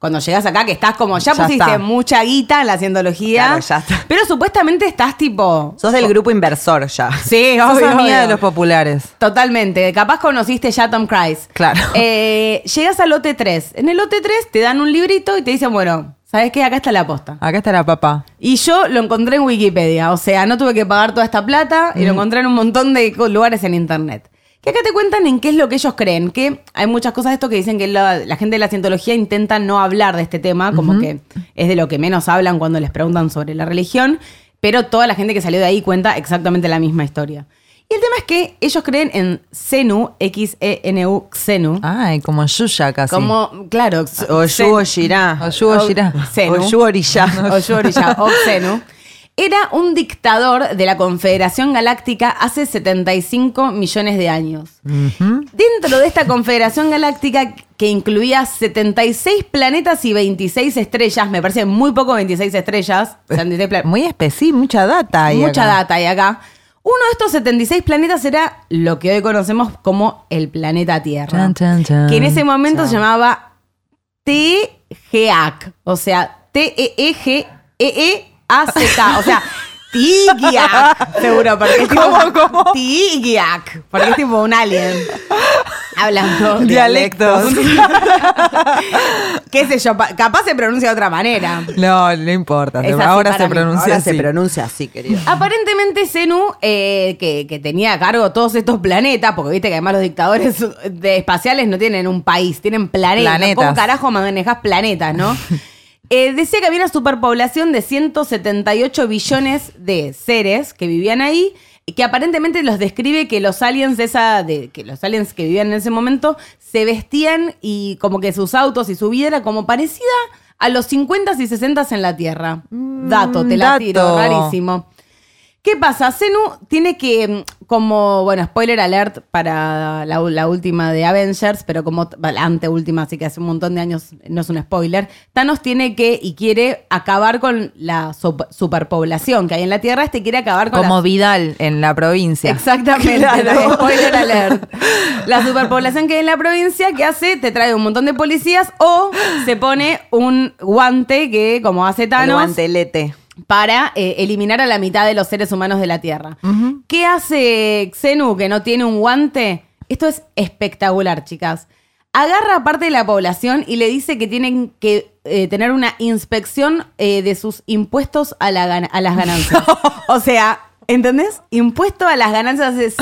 S2: cuando llegas acá, que estás como, ya,
S1: Ya
S2: pusiste
S1: está.
S2: mucha guita en la cientología.
S3: Claro, ya está.
S2: Pero supuestamente estás tipo.
S3: Sos del grupo inversor ya.
S2: Sí,
S1: Sos
S2: obvio,
S1: amiga
S2: obvio.
S1: de los populares.
S2: Totalmente. Capaz conociste ya a Tom Cruise.
S1: Claro.
S2: Eh, llegas al lote 3. En el lote 3 te dan un librito y te dicen, bueno, ¿sabes qué? Acá está la posta.
S1: Acá está la papá.
S2: Y yo lo encontré en Wikipedia. O sea, no tuve que pagar toda esta plata y lo
S3: Mm.
S2: encontré en un montón de co- lugares en internet. Que acá te cuentan en qué es lo que ellos creen. Que hay muchas cosas de esto que dicen que la, la gente de la cientología intenta no hablar de este tema, como que es de lo que menos hablan cuando les preguntan sobre la religión. Pero toda la gente que salió de ahí cuenta exactamente la misma historia. Y el tema es que ellos creen en Xenu, X-E-N-U, Xenu.
S1: Ay, como en Yuya casi.
S2: Como, claro. x-
S3: Ah, O
S2: Xenu.
S3: Yugo Girá.
S1: O Yugo Girá.
S2: Xenu.
S3: O Yugo Orillá.
S2: O Yorilla, o Xenu, era un dictador de la Confederación Galáctica hace 75 millones de años. Dentro de esta Confederación Galáctica que incluía 76 planetas y 26 estrellas, me parece muy poco 26 estrellas, 76 pla-
S1: Muy específico, mucha data ahí.
S2: mucha
S1: acá.
S2: data hay acá. Uno de estos 76 planetas era lo que hoy conocemos como el planeta Tierra.
S1: Chan, chan, chan.
S2: Que en ese momento se llamaba TGEAC. O sea, E T-E-E-G-E-E-A-Z. O sea, Tigiac. Seguro, porque es tipo.
S1: ¿Cómo, cómo?
S2: Tigiac. Porque es tipo un alien. Hablando.
S1: Dialectos.
S2: Qué sé yo, pa- capaz se pronuncia de otra manera.
S1: No, no importa.
S2: Es así
S1: ahora
S2: para
S1: se
S2: mí.
S1: pronuncia
S3: Ahora se
S1: así.
S3: pronuncia así, querido.
S2: Aparentemente Zenu, eh, que, que tenía a cargo todos estos planetas, porque viste que además los dictadores de- espaciales no tienen un país, tienen planetas.
S1: Planetas.
S2: ¿Cómo carajo manejas planetas, no? Eh, decía que había una superpoblación de 178 billones de seres que vivían ahí, y que aparentemente los describe que los aliens de esa, de, que los aliens que vivían en ese momento se vestían y como que sus autos y su vida era como parecida a los 50s y 60s en la Tierra. Dato, te la
S1: dato.
S2: tiro, rarísimo. ¿Qué pasa? Zenu tiene que, mm, como, bueno, spoiler alert para la, u- la última de Avengers, pero como t- la anteúltima, así que hace un montón de años no es un spoiler, Thanos tiene que y quiere acabar con la sop- superpoblación que hay en la Tierra, este quiere acabar con
S1: Como
S2: la...
S1: Vidal en la provincia.
S2: Exactamente, spoiler alert. La superpoblación que hay en la provincia, ¿qué hace? Te trae un montón de policías o se pone un guante que, como hace
S3: El
S2: Thanos,
S3: guantelete.
S2: para eh, eliminar a la mitad de los seres humanos de la Tierra. ¿Qué hace Xenu que no tiene un guante? Esto es espectacular, chicas. Agarra a parte de la población y le dice que tienen que eh, tener una inspección eh, de sus impuestos a, la gan- a las ganancias. o sea, ¿Entendés? Impuesto a las ganancias de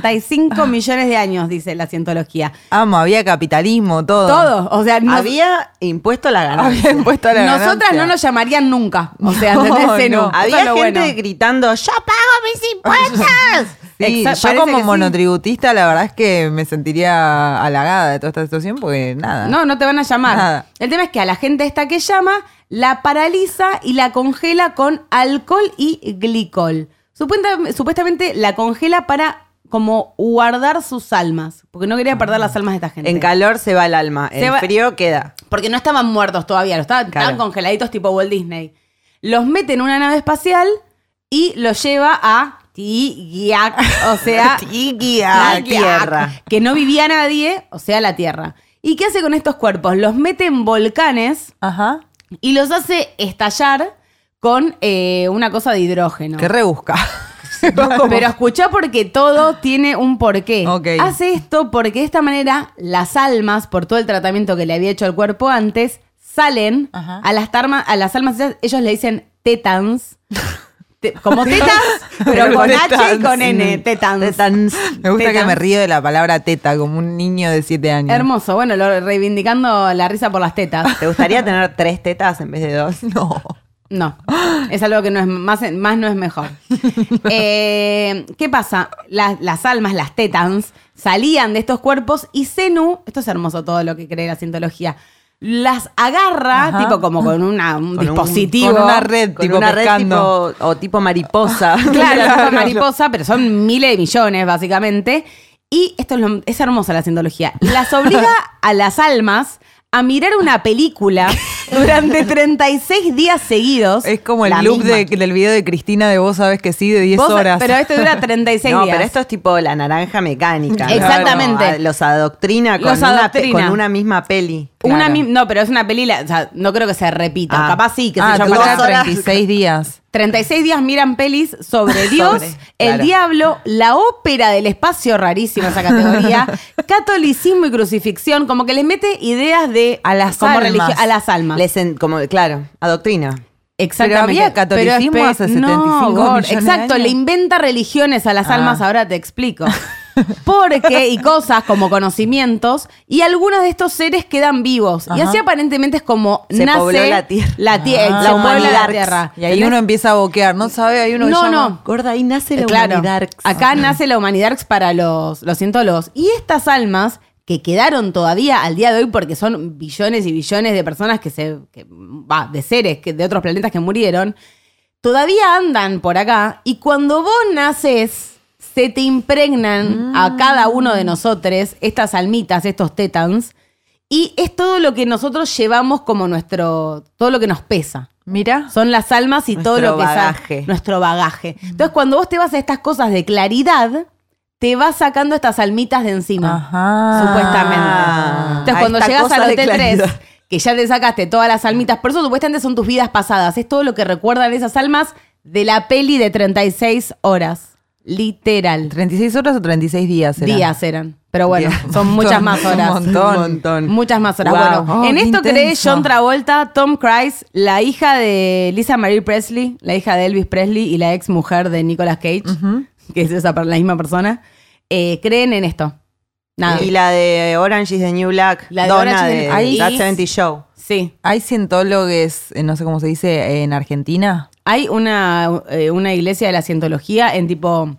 S2: 75 millones de años, dice la cientología.
S1: Amo, había capitalismo, todo.
S2: Todos, o sea, nos-
S3: Había impuesto la ganancia.
S1: Había impuesto a la
S2: nosotras
S1: ganancia.
S2: no nos llamarían nunca. O sea,
S1: No,
S2: ¿entendés? Se
S1: no.
S2: nos- eso
S3: Había
S2: es lo
S3: gente
S2: bueno.
S3: gritando, yo pago mis impuestos.
S1: Sí,
S2: Exacto,
S1: yo
S2: parece
S1: como
S2: que sí.
S1: monotributista la verdad es que me sentiría halagada de toda esta situación porque nada.
S2: No, no te van a llamar.
S1: Nada.
S2: El tema es que a la gente esta que llama, la paraliza y la congela con alcohol y glicol. Supuenta- supuestamente la congela para como guardar sus almas, porque no quería perder las almas de esta gente.
S3: En calor se va el alma,
S2: Se
S3: en
S2: va-
S3: frío queda.
S2: Porque no estaban muertos todavía, lo estaban, estaban
S3: Claro.
S2: congeladitos tipo Walt Disney. Los mete en una nave espacial y los lleva a Tigiak, o sea,
S3: Tigiak.
S1: Ah,
S2: Tigiak,
S3: Tierra.
S2: que no vivía nadie, o sea, la Tierra. ¿Y qué hace con estos cuerpos? Los mete en volcanes
S1: Ajá.
S2: y los hace estallar con eh, una cosa de hidrógeno.
S1: Que rebusca.
S2: Pero escuchá porque todo tiene un porqué.
S1: Ok.
S2: Hace esto porque de esta manera las almas, por todo el tratamiento que le había hecho al cuerpo antes, salen
S1: Ajá.
S2: a las, tarma- a las almas, ellas- ellos le dicen tetans. Te- como tetas, pero
S1: Pero
S2: con H y
S1: tetans.
S2: con N, tetans.
S3: Tetans.
S1: me gusta que
S2: Tetans.
S1: me río de la palabra teta como un niño de siete años.
S2: Hermoso, bueno, lo, reivindicando la risa por las tetas.
S3: ¿Te gustaría tener tres tetas en vez de dos?
S1: No.
S2: No, es algo que no es más, más no es mejor. Eh, ¿Qué pasa? Las, las almas, las tetans, salían de estos cuerpos y Zenu, esto es hermoso todo lo que cree la cientología, las agarra,
S1: Ajá.
S2: tipo como con una, un
S3: Con un-
S2: dispositivo.
S1: con una red,
S3: Con
S1: tipo
S3: una red
S1: pescando.
S3: tipo- o tipo mariposa.
S2: Claro, tipo mariposa, pero son miles de millones, básicamente. Y esto es, lo- es hermosa la cientología. Las obliga a las almas a mirar una película durante 36 días seguidos.
S1: Es como el
S2: La
S1: loop
S2: misma.
S1: de- del video de Cristina de Vos sabés que sí, de 10
S2: Vos-
S1: horas.
S2: Pero esto dura 36
S3: No,
S2: días.
S3: pero esto es tipo la naranja mecánica. ¿no?
S2: Exactamente.
S3: Como a- Los adoctrina con,
S2: Los
S3: una pe-
S2: adoctrina.
S3: con una misma peli.
S2: Una
S1: claro.
S2: mi- no, pero es una peli, la- o sea, no creo que se repita.
S3: Ah.
S2: Capaz sí, que
S1: ah,
S2: se
S1: dura
S3: dos horas.
S1: 36 días.
S2: 36 días miran pelis sobre Dios,
S3: Sobre,
S2: el
S3: claro.
S2: diablo, la ópera del espacio, rarísima esa categoría, catolicismo y crucifixión, como que les mete ideas de
S1: A las
S2: como
S1: almas.
S2: religi- a las almas.
S3: Les en- como, claro, adoctrina.
S2: Exactamente.
S1: Pero había catolicismo
S2: espe-
S1: hace 75 millones de
S2: Exacto,
S1: años.
S2: le inventa religiones a las
S1: Ah.
S2: almas, ahora te explico. Porque, y cosas como conocimientos, y algunos de estos seres quedan vivos. Y
S1: Ajá.
S2: así aparentemente es como
S3: Se
S2: nace
S3: pobló la tierra.
S2: La, tie-
S1: Ah.
S2: Eh, se
S1: La
S2: puebla la
S3: humanidad.
S2: tierra.
S1: Y ahí
S2: ¿Entendés?
S1: uno empieza a boquear, ¿no sabe? Hay uno que
S2: No,
S1: llama-
S2: no.
S3: Gorda, ahí nace la
S2: Eh, Claro,
S3: humanidad.
S2: acá nace la humanidad para los, los cientólogos. Y estas almas que quedaron todavía al día de hoy, porque son billones y billones de personas que se. que, va, de seres que, de otros planetas que murieron, todavía andan por acá. Y cuando vos naces, se te impregnan
S3: Mm.
S2: a cada uno de nosotros estas almitas, estos tetans. Y es todo lo que nosotros llevamos como nuestro. todo lo que nos pesa.
S1: Mira.
S2: Son las almas y todo
S3: Nuestro
S2: lo que sa-
S3: bagaje. Mm.
S2: nuestro bagaje. Entonces, cuando vos te vas a estas cosas de claridad, te vas sacando estas almitas de encima.
S1: Ajá.
S2: Supuestamente. Entonces,
S3: Ah. A
S2: cuando
S3: esta
S2: llegas
S3: cosa
S2: al
S3: de
S2: T3,
S3: claridad.
S2: que ya te sacaste todas las almitas, por eso supuestamente son tus vidas pasadas. Es todo lo que recuerdan esas almas de la peli de 36 horas. Literal.
S1: 36 horas o 36 días. será?
S2: Días eran. Pero bueno,
S1: Días.
S2: son muchas
S1: Un
S2: más horas.
S1: montón.
S3: Un montón.
S2: Muchas más horas.
S1: Wow.
S2: Bueno,
S1: Oh,
S2: en
S1: qué
S2: esto cree
S1: intenso.
S2: John Travolta, Tom Cruise, la hija de Lisa Marie Presley, la hija de Elvis Presley y la ex mujer de Nicolas Cage, que es esa, per- la misma persona, eh, creen en esto. Nada.
S3: Ah, Y la de Orange is the New Black.
S2: La de
S3: Donna
S2: Orange is the-
S3: de
S2: ahí-
S3: That 70 Show.
S2: Sí.
S1: ¿Hay cientólogos, eh, no sé cómo se dice, en Argentina?
S2: Hay una, eh, una iglesia de la cientología en tipo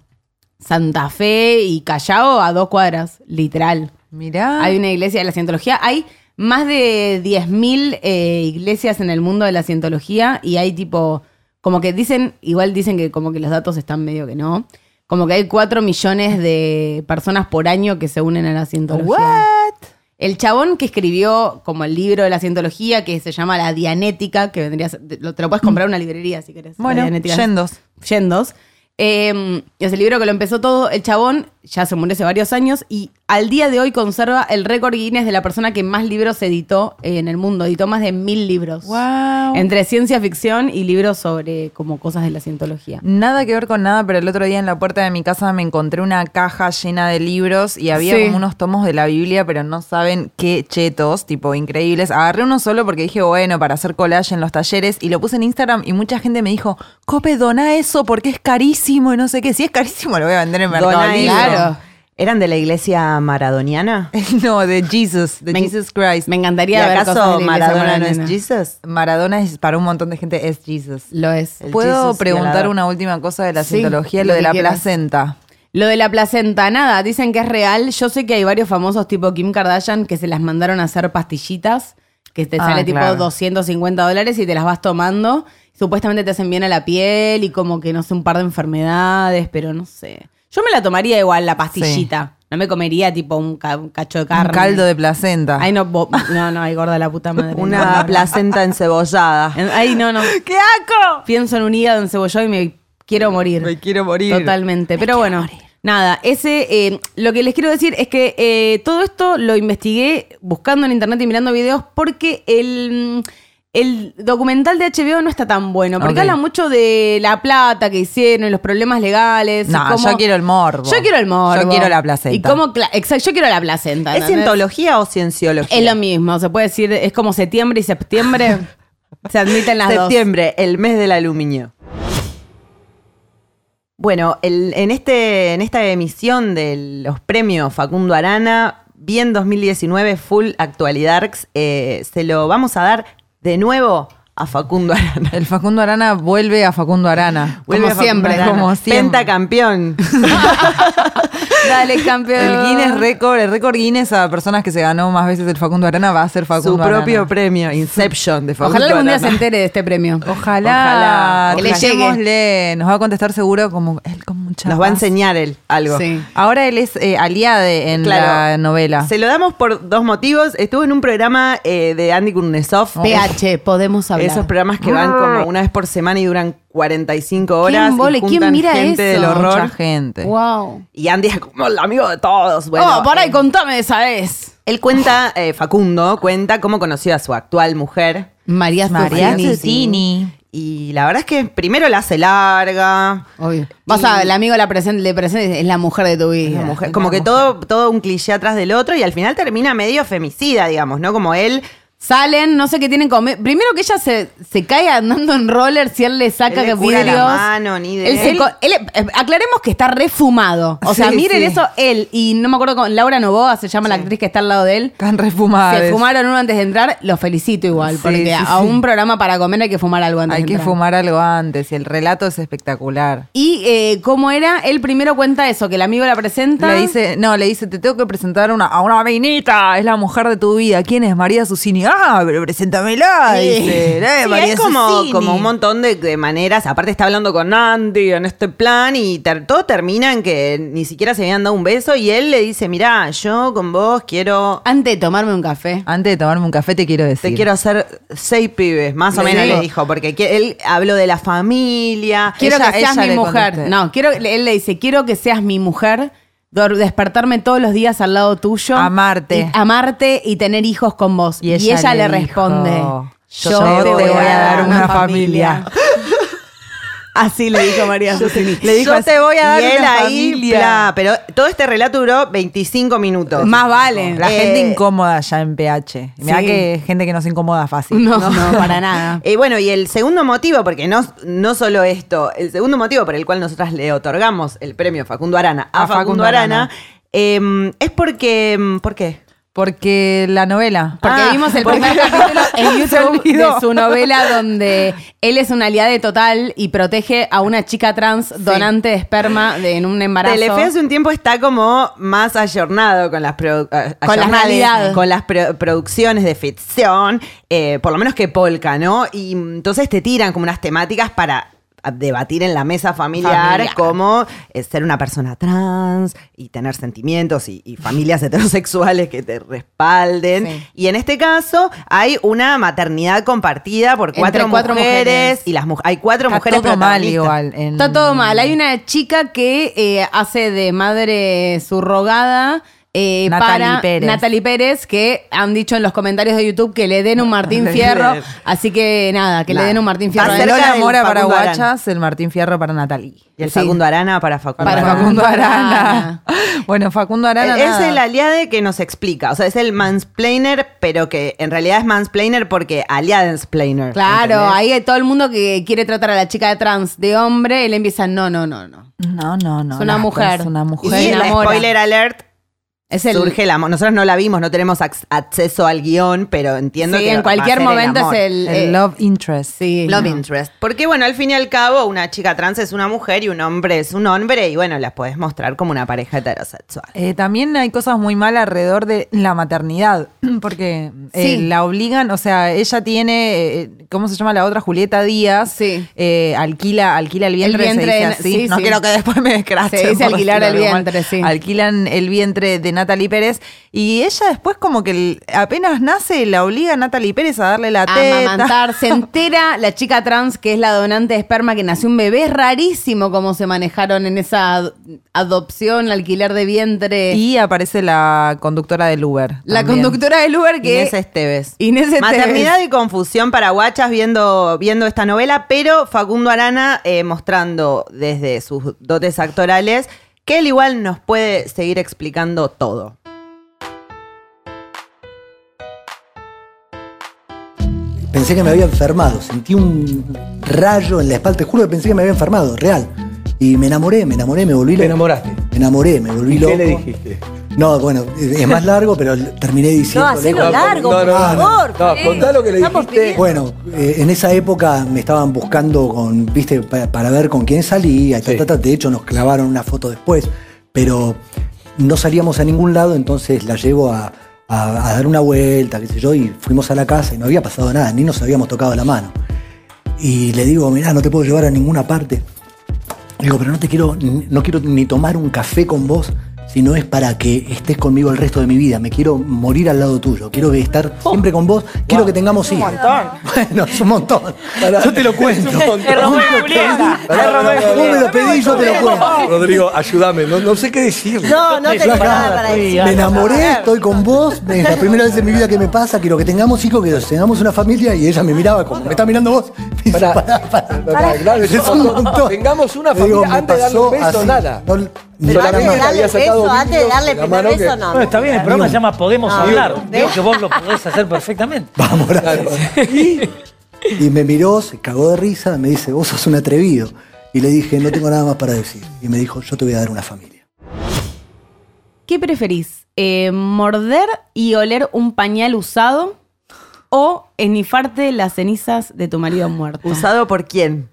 S2: Santa Fe y Callao a dos cuadras, literal.
S1: Mirá.
S2: Hay una iglesia de la cientología. Hay más de 10.000 eh, iglesias en el mundo de la cientología y hay tipo, como que dicen, igual dicen que como que los datos están medio que no. Como que hay 4 millones de personas por año que se unen a la cientología.
S1: ¿What?
S2: El chabón que escribió como el libro de la cientología, que se llama La Dianética, que vendría a ser- te lo te lo puedes comprar en una librería si querés. La
S1: Bueno,
S2: Dianética es-
S1: yendos.
S2: Em, Yendos. Eh, es el libro que lo empezó todo. El chabón ya se murió hace varios años y al día de hoy conserva el récord Guinness de la persona que más libros editó en el mundo. Editó más de mil libros.
S1: Wow.
S2: Entre ciencia ficción y libros sobre como cosas de la cientología.
S1: Nada que ver con nada, pero el otro día en la puerta de mi casa me encontré una caja llena de libros y había
S2: Sí.
S1: como unos tomos de la Biblia, pero no saben qué chetos, tipo increíbles. Agarré uno solo porque dije, bueno, para hacer collage en los talleres y lo puse en Instagram y mucha gente me dijo, Cope, dona eso porque es carísimo y no sé qué. Si es carísimo, lo voy a vender en Mercado
S3: Dona
S1: Libre.
S2: claro.
S3: ¿Eran de la iglesia maradoniana?
S1: No, de Jesus, de
S2: Me-
S1: Jesus Christ.
S2: Me
S3: ¿Y
S2: encantaría ver cosas
S3: acaso
S2: de la iglesia
S3: Maradona no es
S2: maradoniana.
S3: Jesus?
S1: Maradona es para un montón de gente es Jesus.
S2: Lo es.
S3: El
S1: ¿Puedo
S3: Jesus
S1: preguntar
S3: violador.
S1: una última cosa de la
S2: Sí,
S1: cientología?
S2: lo
S1: Lo
S2: que
S1: de la
S2: quieras.
S1: placenta.
S2: Lo de la placenta, nada, dicen que es real. Yo sé que hay varios famosos tipo Kim Kardashian que se las mandaron a hacer pastillitas, que te
S1: Ah,
S2: sale tipo
S1: claro.
S2: 250 dólares y te las vas tomando. Supuestamente te hacen bien a la piel y como que no sé, un par de enfermedades, pero no sé. Yo me la tomaría igual la pastillita. No me comería tipo un, ca- un cacho de carne.
S1: Un caldo de placenta.
S2: Ay, no, bo- no, no, ay, gorda la puta madre. No,
S3: Una
S2: no.
S3: placenta encebollada.
S2: Ay, no, no.
S1: ¡Qué asco!
S2: Pienso en un hígado encebollado y me quiero morir.
S1: Me quiero morir.
S2: Totalmente. Pero bueno, nada, ese eh, lo que les quiero decir es que eh, todo esto lo investigué buscando en internet y mirando videos porque el, mm, el documental de HBO no está tan bueno. Porque
S1: Ok.
S2: habla mucho de la plata que hicieron y los problemas legales. y
S1: No,
S2: cómo-
S1: yo quiero el morbo.
S2: Yo quiero el morbo.
S1: Yo quiero la placenta.
S2: Y cómo, cla- exacto, yo quiero la placenta.
S3: ¿Es
S2: ¿entendés?
S3: cientología o cienciología?
S2: Es lo mismo, se puede decir, es como septiembre y septiembre. se admiten las dos.
S3: Septiembre, el mes del aluminio. Bueno, el- en, este, en esta emisión de los premios Facundo Arana, bien 2019, full actualidad, eh, se lo vamos a dar de nuevo a Facundo Arana.
S1: El Facundo Arana vuelve a Facundo Arana.
S3: Vuelve a Facundo
S2: siempre,
S3: Arana.
S1: como siempre.
S3: Pentacampeón.
S2: Dale, campeón.
S1: El Guinness récord, el récord Guinness a personas que se ganó más veces el Facundo Arana va a ser Facundo
S3: Su
S1: Arana.
S3: propio premio, Inception de Facundo
S2: Ojalá algún día se
S3: Arana.
S2: entere de este premio.
S1: Ojalá,
S3: Ojalá.
S2: Que le llegue.
S1: Contémosle. Nos va a contestar seguro como él con mucha
S3: Nos va a
S1: paz.
S3: enseñar él algo.
S2: Sí.
S1: Ahora él es eh, aliade en la novela.
S3: Se lo damos por dos motivos. Estuvo en un programa eh, de Andy Kurnesov.
S2: PH, podemos hablar.
S3: Esos programas que van como una vez por semana y duran 45 horas.
S2: ¿Quién, vole?
S3: y
S2: ¿Quién
S3: juntan
S2: mira
S3: gente
S2: eso?
S3: del horror.
S1: Mucha gente.
S2: Wow.
S3: Y Andy es como el amigo de todos. Bueno,
S2: oh, por ahí,
S3: eh,
S2: contame de esa vez.
S3: él cuenta, eh, Facundo, cuenta cómo conoció a su actual mujer.
S2: María
S1: María
S2: Zucchini.
S1: Zucchini.
S3: Y la verdad es que primero la hace larga.
S2: Obvio. Vas a, el amigo la presenta, le presenta y dice, es la mujer de tu vida.
S3: La mujer- como que todo, todo un cliché atrás del otro y al final termina medio femicida, digamos, ¿no? Como él
S2: Salen, no sé qué tienen comer. Primero que ella se, se cae andando en roller si él le saca
S3: Él le
S2: que
S3: cura la
S2: vidrios.
S3: mano, ni de
S2: Él se
S3: él.
S2: co- él- eh, aclaremos que está refumado. O sea,
S3: Sí,
S2: miren
S3: sí.
S2: eso, él y no me acuerdo con Laura Novoa se llama la actriz que está al lado de él.
S1: Están refumadas.
S2: Se fumaron uno antes de entrar, los felicito igual,
S1: Sí,
S2: porque
S1: sí,
S2: a
S1: sí.
S2: un programa para comer hay que fumar algo antes.
S1: Hay
S2: de
S1: que
S2: entrar.
S1: fumar algo antes y el relato es espectacular.
S2: Y eh, cómo era, él primero cuenta eso, que el amigo la presenta.
S1: Le dice, no, le dice, te tengo que presentar una, a una minita, es la mujer de tu vida. ¿Quién es? María Susini. Ah, pero preséntamela,
S2: Sí.
S1: dice. "Eh,
S3: Sí,
S1: María
S3: hay como,
S1: Susini".
S3: como un montón de, de maneras. Aparte está hablando con Andy en este plan y ter- todo termina en que ni siquiera se habían dado un beso y él le dice, mirá, yo con vos quiero...
S2: Antes de tomarme un café.
S1: Antes de tomarme un café te quiero decir.
S3: Te quiero hacer seis pibes, más o
S2: Le
S3: menos
S2: digo.
S3: le dijo, porque que- él habló de la familia.
S2: Quiero
S1: Ella-
S2: que seas
S1: ella
S2: mi
S1: le
S2: mujer.
S1: contesté.
S2: No, quiero, él le dice, quiero que seas mi mujer. dor- Despertarme todos los días al lado tuyo.
S1: Amarte.
S2: Y, amarte y tener hijos con vos. Y ella, le,
S1: dijo,
S2: responde:
S1: "Yo te voy a dar una familia".
S2: Así le dijo María Susini.
S1: Le dijo
S3: Yo
S1: así,
S3: te voy a dar
S1: y él
S3: una
S1: ahí,
S3: familia.
S1: bla,
S3: pero todo este relato duró 25 minutos.
S2: Más vale.
S1: La
S3: Eh,
S1: gente incómoda ya en PH. Mirá
S2: sí.
S1: que gente que no se incomoda fácil.
S2: No, no, para nada.
S3: Eh, bueno, y el segundo motivo, porque no, no solo esto, el segundo motivo por el cual nosotras le otorgamos el premio Facundo Arana a,
S1: A
S3: Facundo,
S1: Facundo
S3: Arana,
S1: Arana.
S3: em, es porque. em, ¿Por qué?
S1: Porque la novela.
S2: Porque
S3: Ah,
S2: vimos el
S3: porque-
S2: primer capítulo en
S1: Se
S2: YouTube
S1: olvidó.
S2: de su novela donde él es un aliado total y protege a una chica trans donante de esperma de- en un embarazo.
S3: Telefe hace un tiempo está como más ayornado con las, produ- a-
S2: Con la
S3: ayornades,
S2: realidad.
S3: con las pro- producciones de ficción, eh, por lo menos que Polka, ¿no? Y mm, entonces te tiran como unas temáticas para a debatir en la mesa familiar,
S2: Familiar.
S3: como eh, ser una persona trans y tener sentimientos y, y familias heterosexuales que te respalden.
S2: Sí.
S3: Y en este caso hay una maternidad compartida por
S2: Entre
S3: cuatro,
S2: cuatro
S3: mujeres,
S2: mujeres.
S3: y las mu- hay cuatro
S1: Está
S3: mujeres
S1: todo mal
S3: protagonistas.
S1: igual. en-
S2: Está todo mal. Hay una chica que eh, hace de madre subrogada. eh,
S1: Natalie
S2: para
S1: Pérez.
S2: Natalie Pérez, que han dicho en los comentarios de YouTube que le den un Martín Fierro. Así que nada, que
S3: Nada.
S2: le den un Martín
S3: Está
S2: Fierro. a
S1: La
S2: él.
S3: cerca
S1: Lola
S3: del
S1: Mora para
S3: Facundo
S1: Guachas, el Martín Fierro para Natalie.
S3: Y el
S2: Sí.
S3: Facundo Arana para Facundo
S2: Para
S3: Arana.
S2: Facundo Arana.
S1: Arana. bueno, Facundo Arana.
S3: E-, Es
S1: nada.
S3: el aliade que nos explica. O sea, es el mansplainer, pero que en realidad es mansplainer porque aliadensplainer.
S2: Claro,
S3: ¿entendés?
S2: ahí todo el mundo que quiere tratar a la chica de trans de hombre, él empieza, no, no, no, no.
S1: No, no, no.
S2: Es una
S1: no,
S2: mujer.
S1: Es una mujer.
S2: se
S3: Y el
S2: enamora.
S3: spoiler alert.
S2: Es el,
S3: Surge el amor. Nosotros no la vimos, no tenemos ac- acceso al guión, pero entiendo
S2: Sí,
S3: que.
S2: en
S3: va
S2: cualquier
S3: a ser el
S2: momento
S3: amor.
S2: es el,
S1: El,
S2: eh,
S1: love interest.
S2: sí,
S3: Love
S2: no.
S3: interest. Porque, bueno, al fin y al cabo, una chica trans es una mujer y un hombre es un hombre, y bueno, las podés mostrar como una pareja heterosexual.
S1: Eh, también hay cosas muy mal alrededor de la maternidad, porque eh,
S2: Sí.
S1: la obligan, o sea, ella tiene, eh, ¿cómo se llama la otra? Julieta Díaz,
S2: Sí.
S1: eh, alquila, alquila el vientre,
S2: vientre
S1: se dice
S2: de-
S1: así.
S2: sí,
S1: no
S2: sí.
S1: quiero que después me descrachen.
S2: Se dice
S1: por decirlo
S2: alquilar el
S1: de algún
S2: vientre,
S1: modo.
S2: sí.
S1: Alquilan el vientre de Natalie Pérez y ella después como que l- apenas nace la obliga a Natalie Pérez a darle la teta.
S2: amamantar. Se entera la chica trans que es la donante de esperma que nació un bebé. Es rarísimo cómo se manejaron en esa ad- adopción, alquiler de vientre.
S1: Y aparece la conductora del Uber.
S2: la
S1: también.
S2: conductora del Uber que.
S3: Inés Esteves.
S2: Inés Esteves.
S3: Maternidad y confusión para guachas viendo, viendo esta novela, pero Facundo Arana eh, mostrando desde sus dotes actorales que él igual nos puede seguir explicando todo.
S5: Pensé que me había enfermado, sentí un rayo en la espalda, te juro que pensé que me había enfermado, real. Y me enamoré, me enamoré, me volví loco.
S6: Te enamoraste.
S5: Me enamoré, me volví loco.
S6: ¿Qué le dijiste?
S5: No, bueno, es es más largo, pero terminé
S2: este.
S5: diciendo.
S6: No, largo, no, por no, no, favor, no, Fred. contá lo que le Estamos dijiste. pidiendo.
S5: Bueno, eh, en esa época me estaban buscando con, viste, pa- para, ver con quién salía, ta,
S6: Sí.
S5: ta, ta. de hecho nos clavaron una foto después, pero no salíamos a ningún lado, entonces la llevo a, a- a dar una vuelta, qué sé yo, y fuimos a la casa y no había pasado nada, ni nos habíamos tocado la mano. Y le digo, mirá, no te puedo llevar a ninguna parte. Le Digo, pero no te quiero, no quiero ni tomar un café con vos, sino es para que estés conmigo el resto de mi vida. Me quiero morir al lado tuyo. Quiero estar
S6: Oh.
S5: siempre con vos. Quiero que tengamos hijos. Un montón. Bueno, es un montón. yo te lo cuento.
S6: Es un montón. Te robé la Julieta. Te
S5: Pará,
S6: robé
S5: pará,
S6: la
S5: Vos me
S6: Julieta.
S5: lo pedís, yo te lo cuento.
S6: Rodrigo, ayúdame, no, no sé qué decir.
S7: No, no tengo nada para decir.
S5: Me enamoré, estoy con vos, es la primera vez en mi vida que me pasa, quiero que tengamos hijos, que tengamos una familia, y ella me miraba como, me está mirando vos. Y dice,
S6: Pará.
S5: "Pará, pará".
S6: Pará, claro,
S5: Es un montón.
S6: Tengamos una
S5: Le digo,
S6: familia
S5: me
S6: antes de darle
S5: pasó
S6: un beso,
S5: así.
S6: nada.
S5: No, ni la
S7: Antes de
S5: mano.
S6: Solamente
S7: darle
S6: había
S7: el
S6: sacado
S7: beso,
S6: un
S7: antes de
S6: hilo
S7: darle
S6: de
S7: el
S6: la
S7: primer
S6: mano que-
S7: beso, no.
S8: No, está bien, el programa se llama Podemos
S7: No.
S8: hablar. Digo que vos lo podés hacer perfectamente.
S5: Vamos, Y me miró, se cagó de risa, me dice, vos sos un atrevido. Y le dije, no tengo nada más para decir. Y me dijo, yo te voy a dar una familia.
S2: ¿Qué preferís? Eh, ¿Morder y oler un pañal usado o esnifarte las cenizas de tu marido muerto?
S3: ¿Usado por quién?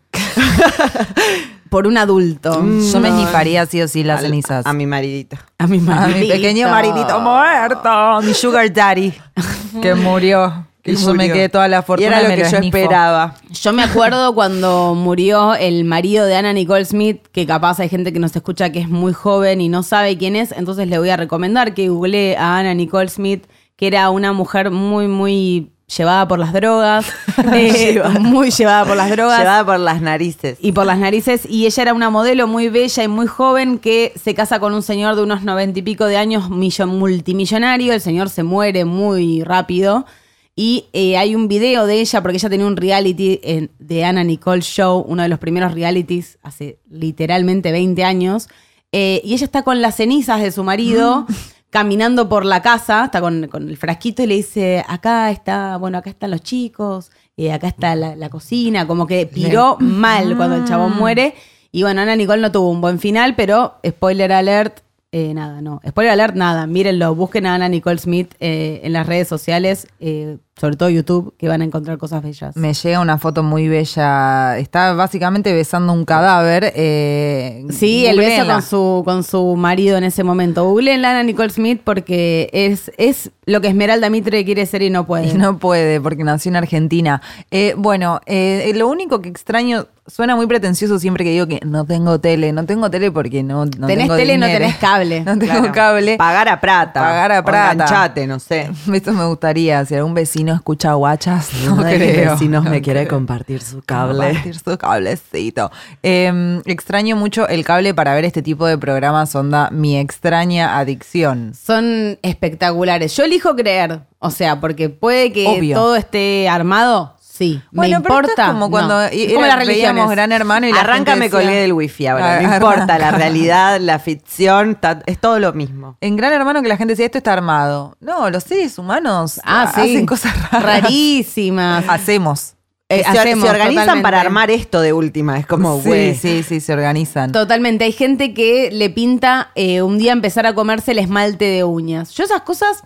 S2: Por un adulto.
S1: Yo me nifaría sí o sí las
S3: Al-
S1: cenizas.
S3: A mi maridito.
S2: Mm. A mi
S1: A
S2: marido.
S1: mi pequeño maridito muerto, mi sugar daddy, que murió.
S3: Que
S1: y yo me
S3: murió.
S1: quedé toda la
S3: Y
S1: fortuna.
S3: era
S1: y
S3: lo
S1: me
S3: que yo
S1: esnifo.
S3: esperaba.
S2: Yo me acuerdo cuando murió el marido de Ana Nicole Smith, que capaz hay gente que nos escucha que es muy joven y no sabe quién es, entonces le voy a recomendar que googlee a Ana Nicole Smith, que era una mujer muy, muy llevada por las drogas, eh, muy llevada por las drogas.
S3: Llevada por las narices.
S2: Y por las narices. Y ella era una modelo muy bella y muy joven que se casa con un señor de unos noventa y pico de años, millo- multimillonario. El señor se muere muy rápido. Y eh, hay un video de ella, porque ella tenía un reality en- de Anna Nicole Show, uno de los primeros realities hace literalmente 20 años. Eh, y ella está con las cenizas de su marido, caminando por la casa, está con, con el frasquito y le dice, acá está, bueno, acá están los chicos, eh, acá está la, la cocina, como que piró mal cuando el chabón muere. Y bueno, Ana Nicole no tuvo un buen final, pero spoiler alert, eh, nada, no. Spoiler alert, nada, mírenlo, busquen a Ana Nicole Smith eh, en las redes sociales, eh, sobre todo YouTube, que van a encontrar cosas bellas.
S1: Me llega una foto muy bella. Está básicamente besando un cadáver. eh,
S2: Sí, el beso
S1: googleenla.
S2: con su, con su marido en ese momento. Googleen Lana Nicole Smith porque es, es lo que Esmeralda Mitre quiere ser y no puede.
S1: Y no puede, porque nació en Argentina. Eh, bueno, eh, lo único que extraño suena muy pretencioso siempre que digo que no tengo tele. No tengo tele porque no, no
S2: tenés
S1: tengo
S2: tele, no
S1: dinero.
S2: tenés cable.
S1: No tengo
S3: Claro.
S1: cable.
S3: Pagar a plata.
S1: Pagar a
S3: O
S1: plata.
S3: enganchate, no sé.
S1: Esto me gustaría. Si algún vecino escucha guachas, no
S3: Ay, mi
S1: creo.
S3: vecino
S1: No
S3: me quiere
S1: creo.
S3: compartir su cable.
S1: Compartir su cablecito. Eh, extraño mucho el cable para ver este tipo de programas, onda Mi extraña adicción.
S2: Son espectaculares. Yo elijo creer. O sea, porque puede que
S1: Obvio.
S2: todo esté armado. Sí.
S1: Bueno,
S2: ¿Me
S1: pero esto
S2: importa?
S1: es como cuando
S2: No.
S1: i-
S2: Es como
S1: era-
S2: las religiones.
S1: veíamos Gran Hermano y la
S3: Arranca,
S1: gente
S3: me
S1: decía- "Ah,
S3: colgué del wifi ahora. No
S1: Arranca.
S3: importa, la realidad, la ficción, ta- es todo lo mismo.
S1: En Gran Hermano que la gente decía, esto está armado. No, los seres humanos
S2: Ah, sí.
S1: hacen cosas raras.
S2: Rarísimas.
S1: Hacemos.
S2: Eh,
S3: se,
S2: hacemos,
S3: se organizan
S2: totalmente.
S3: para armar esto de última. Es como, güey.
S1: sí, sí, sí, se organizan.
S2: Totalmente. Hay gente que le pinta eh, un día empezar a comerse el esmalte de uñas. Yo esas cosas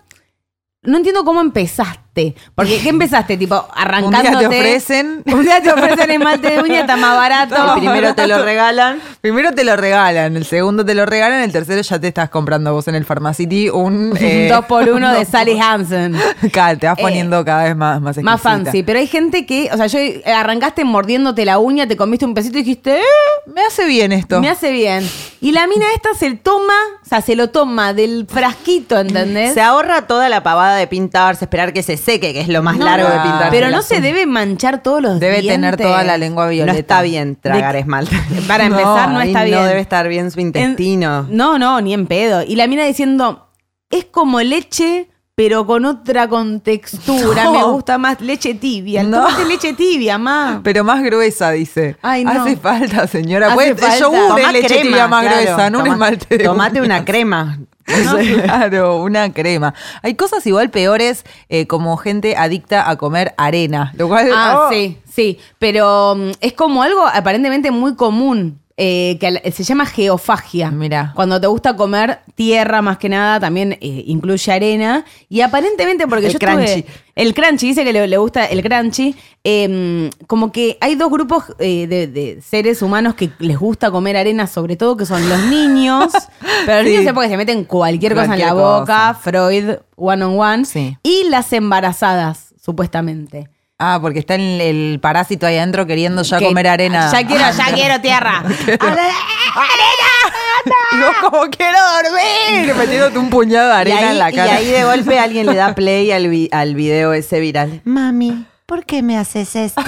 S2: no entiendo cómo empezaste. Porque ¿qué empezaste? Tipo, arrancándote.
S1: Un día te ofrecen.
S2: Un día te ofrecen esmalte de uñas, está más barato.
S1: Está más
S3: Primero te lo regalan.
S1: Primero te lo regalan, el segundo te lo regalan, el tercero ya te estás comprando vos en el Pharmacity un... eh,
S2: Un dos por uno de
S1: dos
S2: Sally
S1: por-
S2: Hansen.
S1: Claro, te vas
S2: Eh,
S1: poniendo cada vez más más
S2: Más
S1: exquisita.
S2: fancy, pero hay gente que, o sea, yo eh, arrancaste mordiéndote la uña, te comiste un pesito y dijiste, "Eh,
S1: Me hace bien esto.
S2: me hace bien. Y la mina esta se toma, o sea, se lo toma del frasquito, ¿entendés?
S3: Se ahorra toda la pavada de pintarse, esperar que se seque, que es lo más
S2: No,
S3: largo de
S1: no,
S3: pintarse.
S2: Pero no
S3: las
S2: se
S3: uñas.
S2: debe manchar todos los
S1: Debe tener
S2: dientes.
S1: toda la lengua violeta.
S3: No está bien tragar
S2: De-
S3: esmalte.
S2: Para
S1: No,
S2: empezar, no
S3: Ahí
S2: está bien.
S3: No debe estar bien su
S2: En-
S3: intestino.
S2: no, no, ni en pedo. Y la mina diciendo, es como leche, pero con otra contextura.
S1: No.
S2: Me gusta más leche tibia.
S1: No.
S2: Tómate leche tibia, ma.
S1: Pero más gruesa, dice.
S2: Ay, no.
S1: Hace falta, señora.
S2: Hace
S1: Puede-
S2: falta.
S1: el yogur
S3: Tomá
S1: es leche
S3: Ah, crema,
S1: tibia más
S3: claro.
S1: gruesa, no un
S3: Tomá-
S1: esmalte de
S3: Tomate
S1: uñas.
S3: una crema.
S1: No, claro, una crema. Hay cosas igual peores, eh, como gente adicta a comer arena. Lo cual,
S2: Ah,
S1: oh,
S2: sí, sí. Pero mm, es como algo aparentemente muy común. eh, que al- se llama geofagia.
S1: Mirá.
S2: Cuando te gusta comer tierra más que nada, también eh, incluye arena. Y aparentemente, porque
S3: El
S2: yo estuve-
S3: crunchy.
S2: el crunchy, dice que le, le gusta el crunchy. eh, como que hay dos grupos eh, de, de seres humanos que les gusta comer arena, sobre todo que son los niños. pero los
S1: Sí.
S2: niños es porque se meten cualquier, cosa en la
S1: Cualquier
S2: boca, Freud, one on one.
S1: Sí.
S2: Y las embarazadas, supuestamente.
S1: Ah, porque está el, el parásito ahí adentro queriendo ya
S2: Que-
S1: comer arena.
S2: Ya quiero, ya quiero tierra.
S1: Y vos como quiero dormir, metiéndote un puñado de
S3: Y
S1: arena
S3: ahí,
S1: en la
S3: y
S1: cara.
S3: ahí de golpe alguien le da play al, vi- al video ese viral. Mami, ¿por qué me haces esto?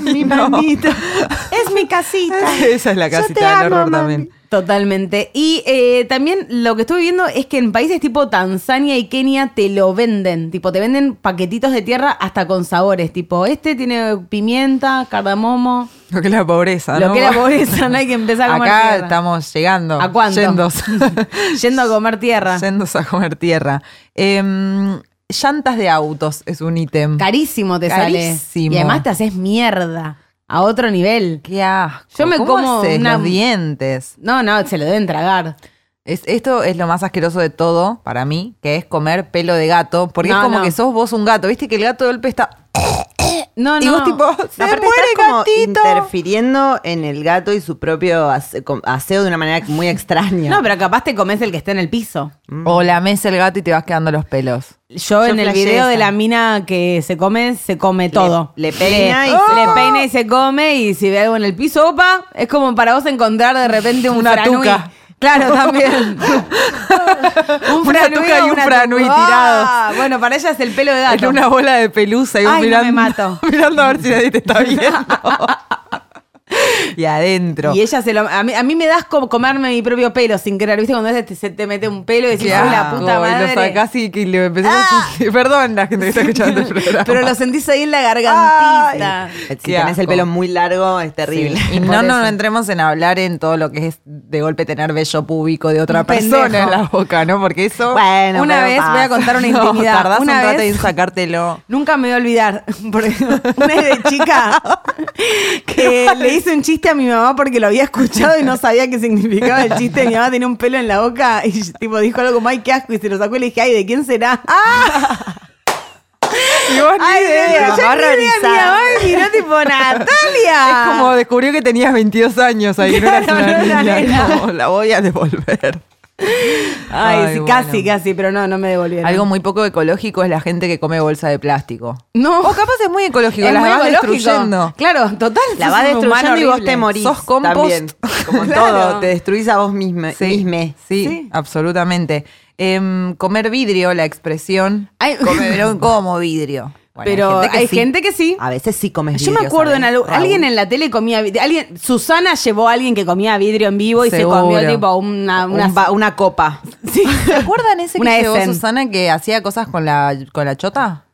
S3: Mi mamita.
S2: es mi casita.
S1: Esa es la
S3: Yo te
S1: casita del
S3: amo,
S1: horror
S3: mami.
S1: también.
S2: Totalmente. Y eh, también lo que estuve viendo es que en países tipo Tanzania y Kenia te lo venden. Tipo, te venden paquetitos de tierra hasta con sabores. Tipo, este tiene pimienta, cardamomo.
S1: Lo que es la pobreza,
S2: Lo
S1: Ah, ¿no?
S2: que era pobreza, no hay que empezar a comer
S1: Acá
S2: tierra.
S1: estamos llegando.
S2: ¿A cuánto? Ah.
S1: Yendos.
S2: Yendo a comer tierra.
S1: Yendos a comer tierra. Em, llantas de autos es un ítem.
S2: Carísimo te sale.
S1: Carísimo.
S2: Y además te haces mierda. A otro nivel.
S1: Qué asco.
S2: Yo me
S1: ¿Cómo
S2: como
S1: haces
S2: una-
S1: los dientes.
S2: No, no, se lo deben tragar.
S1: Es, esto es lo más asqueroso de todo para mí, que es comer pelo de gato, porque
S2: No,
S1: es como
S2: no.
S1: que sos vos un gato, viste que el gato de golpe está
S2: No, no.
S1: y vos tipo se
S3: Aparte
S1: muere
S3: estás como
S1: gatito.
S3: interfiriendo en el gato y su propio ase- com- aseo de una manera muy extraña.
S2: No, pero capaz te comes el que está en el piso.
S1: O lames el gato y te vas quedando los pelos.
S2: Yo,
S3: Yo
S2: en el
S3: flasheé
S2: video
S3: esa.
S2: de la mina que se come, se come todo.
S3: le peina y
S2: se
S3: se-
S2: le peina y se come y si ve algo en el piso, opa, es como para vos encontrar de repente un
S1: Una
S2: franui.
S1: tuca.
S2: Claro, también. un
S1: Una
S2: franui
S1: tuca
S2: o
S1: y un
S2: una
S1: franui
S2: tuca.
S1: tirados.
S2: Ah, bueno, para ella es el pelo de gato.
S1: En una bola de pelusa y vos
S2: Ay, no
S1: mirando,
S2: me mato.
S1: mirando a ver si nadie te está viendo. y adentro.
S2: Y ella se lo. A mí, a mí me das como comerme mi propio pelo sin querer. ¿Viste cuando a veces te- se te mete un pelo y decís,
S1: Qué
S2: "Uy, la
S1: asco,
S2: puta
S1: Y lo
S2: madre? Ah.
S1: sacás y que le empezás a suci- Perdón la gente que está escuchando el programa.
S2: Pero lo sentís ahí en la gargantita.
S3: si
S1: Qué
S3: tenés el
S1: asco.
S3: pelo muy largo, es terrible.
S1: Sí. Y
S3: Por
S1: no,
S3: eso.
S1: no, no entremos en hablar en todo lo que es de golpe tener vello púbico de otra
S2: Un
S1: persona
S2: pendejo.
S1: en la boca, ¿no? Porque eso.
S3: Bueno,
S2: una
S3: pero
S2: vez
S3: pasa.
S2: voy a contar una
S1: No,
S2: intimidad.
S1: tardás
S2: una
S1: un rato
S2: vez-
S1: en sacártelo.
S2: Nunca me voy a olvidar, porque una vez de chica que le hice un chiste a mi mamá porque lo había escuchado y no sabía qué significaba el chiste. Mi mamá tenía un pelo en la boca y tipo dijo algo como, ay, qué asco, y se lo sacó y le dije, ay, ¿de quién será?
S1: Y vos ni
S2: ¡Ay,
S1: idea.
S2: Dios, yo ni idea, mi
S3: horrorizada.
S2: mamá me miró tipo, Natalia.
S1: Es como descubrió que tenías 22 años ahí, no eras
S2: ah. Claro,
S1: una
S2: no era
S1: niña.
S2: nena.
S1: Como, la voy a devolver.
S2: Ay,
S1: Ay,
S2: sí,
S1: bueno.
S2: casi, casi, pero no, no me devolvieron.
S1: Algo muy poco ecológico es la gente que come bolsa de plástico.
S2: No.
S1: O capaz es muy ecológico,
S2: Es
S1: las
S2: muy
S1: vas
S2: ecológico.
S1: destruyendo.
S2: Claro, total.
S3: La
S2: sos
S3: vas
S2: un
S3: destruyendo
S2: humano
S3: y vos
S2: horrible.
S3: te morís.
S1: Sos compost.
S3: también. Como en
S2: Claro.
S3: todo, te destruís a vos misma. misme.
S1: sí, absolutamente. Em, comer vidrio, la expresión.
S2: Ay.
S1: Comedrón como vidrio. Bueno,
S2: pero hay gente que sí.
S3: A veces sí comes
S2: Yo me
S3: vidrio,
S2: acuerdo en
S3: ¿sabes,
S2: algo-
S3: Raúl?
S2: alguien en la tele comía vidrio. Alguien, Susana llevó a alguien que comía vidrio en vivo y se comió
S1: Seguro.
S2: tipo una, una,
S3: Un ba- una copa.
S2: Sí.
S1: ¿Se acuerdan ese que
S2: Una
S1: llevó
S2: Essen.
S1: Susana que hacía cosas con la, con la chota?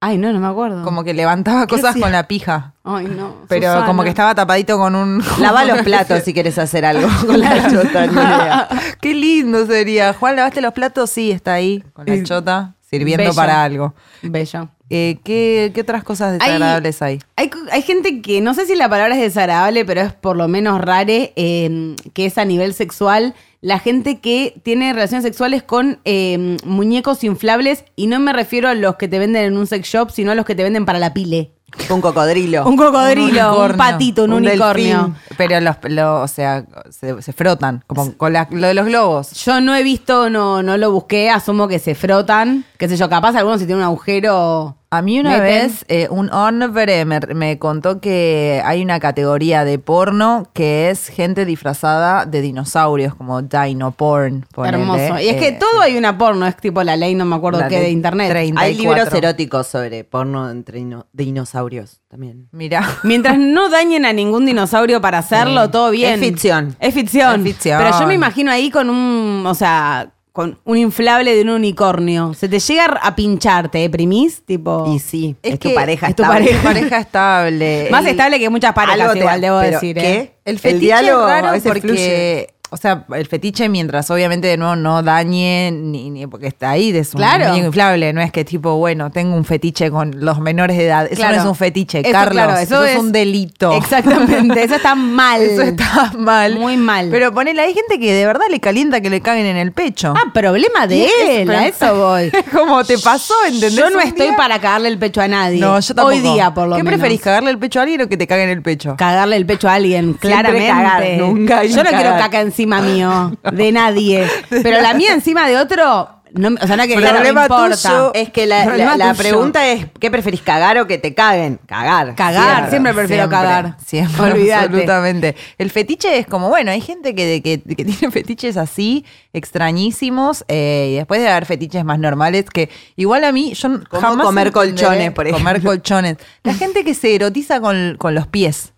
S2: Ay, no, no me acuerdo.
S1: Como que levantaba cosas
S2: hacía?
S1: con la pija.
S2: Ay, no.
S1: Pero
S2: Susana.
S1: como que estaba tapadito con un... este.
S3: Lava los platos si quieres hacer algo con la chota. ni idea.
S1: Qué lindo sería. Juan, ¿lavaste los platos? Sí, está ahí, con la chota, sirviendo
S2: Bello.
S1: para algo.
S2: Bello.
S1: Eh, ¿qué, qué otras cosas desagradables hay?
S2: Hay, co- hay gente que, no sé si la palabra es desagradable, pero es por lo menos rare, eh, que es a nivel sexual, la gente que tiene relaciones sexuales con eh, muñecos inflables, y no me refiero a los que te venden en un sex shop, sino a los que te venden para la pile.
S3: Un cocodrilo.
S2: Un cocodrilo, un,
S1: unicornio,
S2: patito, un,
S3: un
S2: unicornio.
S3: delfín.
S1: Pero los, lo- o sea, se, se frotan, como con la- lo de los globos.
S2: Yo no he visto, no, no lo busqué, asumo que se frotan, qué sé yo, capaz algunos si tienen un agujero.
S1: A mí una
S2: meten.
S1: vez eh, un ornvere me, me contó que hay una categoría de porno que es gente disfrazada de dinosaurios, como dino porn. ponele.
S2: Hermoso. Y es que
S1: Eh,
S2: todo hay una porno, es tipo la ley, no me acuerdo
S1: la
S2: qué,
S1: ley
S2: de internet.
S1: 30.
S3: Hay libros
S1: 34.
S3: eróticos sobre porno entre dino- dinosaurios también.
S2: Mm.
S1: Mirá.
S2: Mientras no dañen a ningún dinosaurio para hacerlo, todo bien.
S3: Es ficción.
S2: Es ficción.
S1: Es ficción.
S2: Pero yo me imagino ahí con un, o sea, con un inflable de un unicornio. Se te llega a pinchar, te deprimís, tipo.
S3: Y sí, es, tu
S2: que
S3: pareja. Eh,
S2: es tu
S3: estable.
S2: pareja.
S1: Pareja estable.
S2: Más
S1: El-
S2: estable que muchas parejas,
S3: Algo te-
S2: igual, debo
S3: pero,
S2: decir.
S3: ¿qué?
S2: ¿eh?
S1: El
S3: El
S1: fetiche
S3: diálogo
S1: es
S3: a
S1: raro
S3: veces
S1: porque, Eh, o sea, el fetiche mientras obviamente de nuevo no dañe, ni, ni- porque está ahí, es un
S2: Claro.
S1: muñeco inflable, no es que tipo, bueno, tengo un fetiche con los menores de edad. Eso
S2: Claro.
S1: no es un fetiche,
S2: Eso,
S1: Carlos.
S2: claro,
S1: eso, es, un delito.
S2: Exactamente, eso está mal.
S1: Eso está mal.
S2: Muy mal.
S1: Pero ponele, hay gente que de verdad le calienta que le caguen en el pecho.
S2: Ah, problema de
S1: Es-
S2: él, a eso voy.
S1: Como te pasó, ¿entendés?
S2: Yo no
S1: Un
S2: estoy
S1: día-
S2: para cagarle el pecho a nadie.
S1: No, yo tampoco.
S2: Hoy día, por lo
S1: ¿Qué
S2: menos.
S1: preferís, cagarle el pecho a alguien o que te caguen el pecho?
S2: cagarle el pecho a alguien, claramente.
S3: cagar, nunca
S2: Yo no
S3: cagar.
S2: quiero caca encima mío, de nadie. Pero la mía encima de otro, no, me- o sea, no que no me
S1: Problema
S2: importa.
S1: tuyo.
S3: Es que la,
S1: Problema
S3: la- la
S1: tuyo.
S3: pregunta es, ¿qué preferís, cagar o que te caguen? Cagar.
S2: Cagar, siempre prefiero
S1: Siempre,
S2: cagar.
S1: Siempre,
S2: Olvídate.
S1: absolutamente. El fetiche es como, bueno, hay gente que, de- que, que tiene fetiches así, extrañísimos, eh, y después de haber fetiches más normales, que igual a mí, yo n-
S3: Como
S1: jamás...
S3: comer
S1: entenderé
S3: colchones, por ejemplo.
S1: Comer colchones. La gente que se erotiza con, con los pies.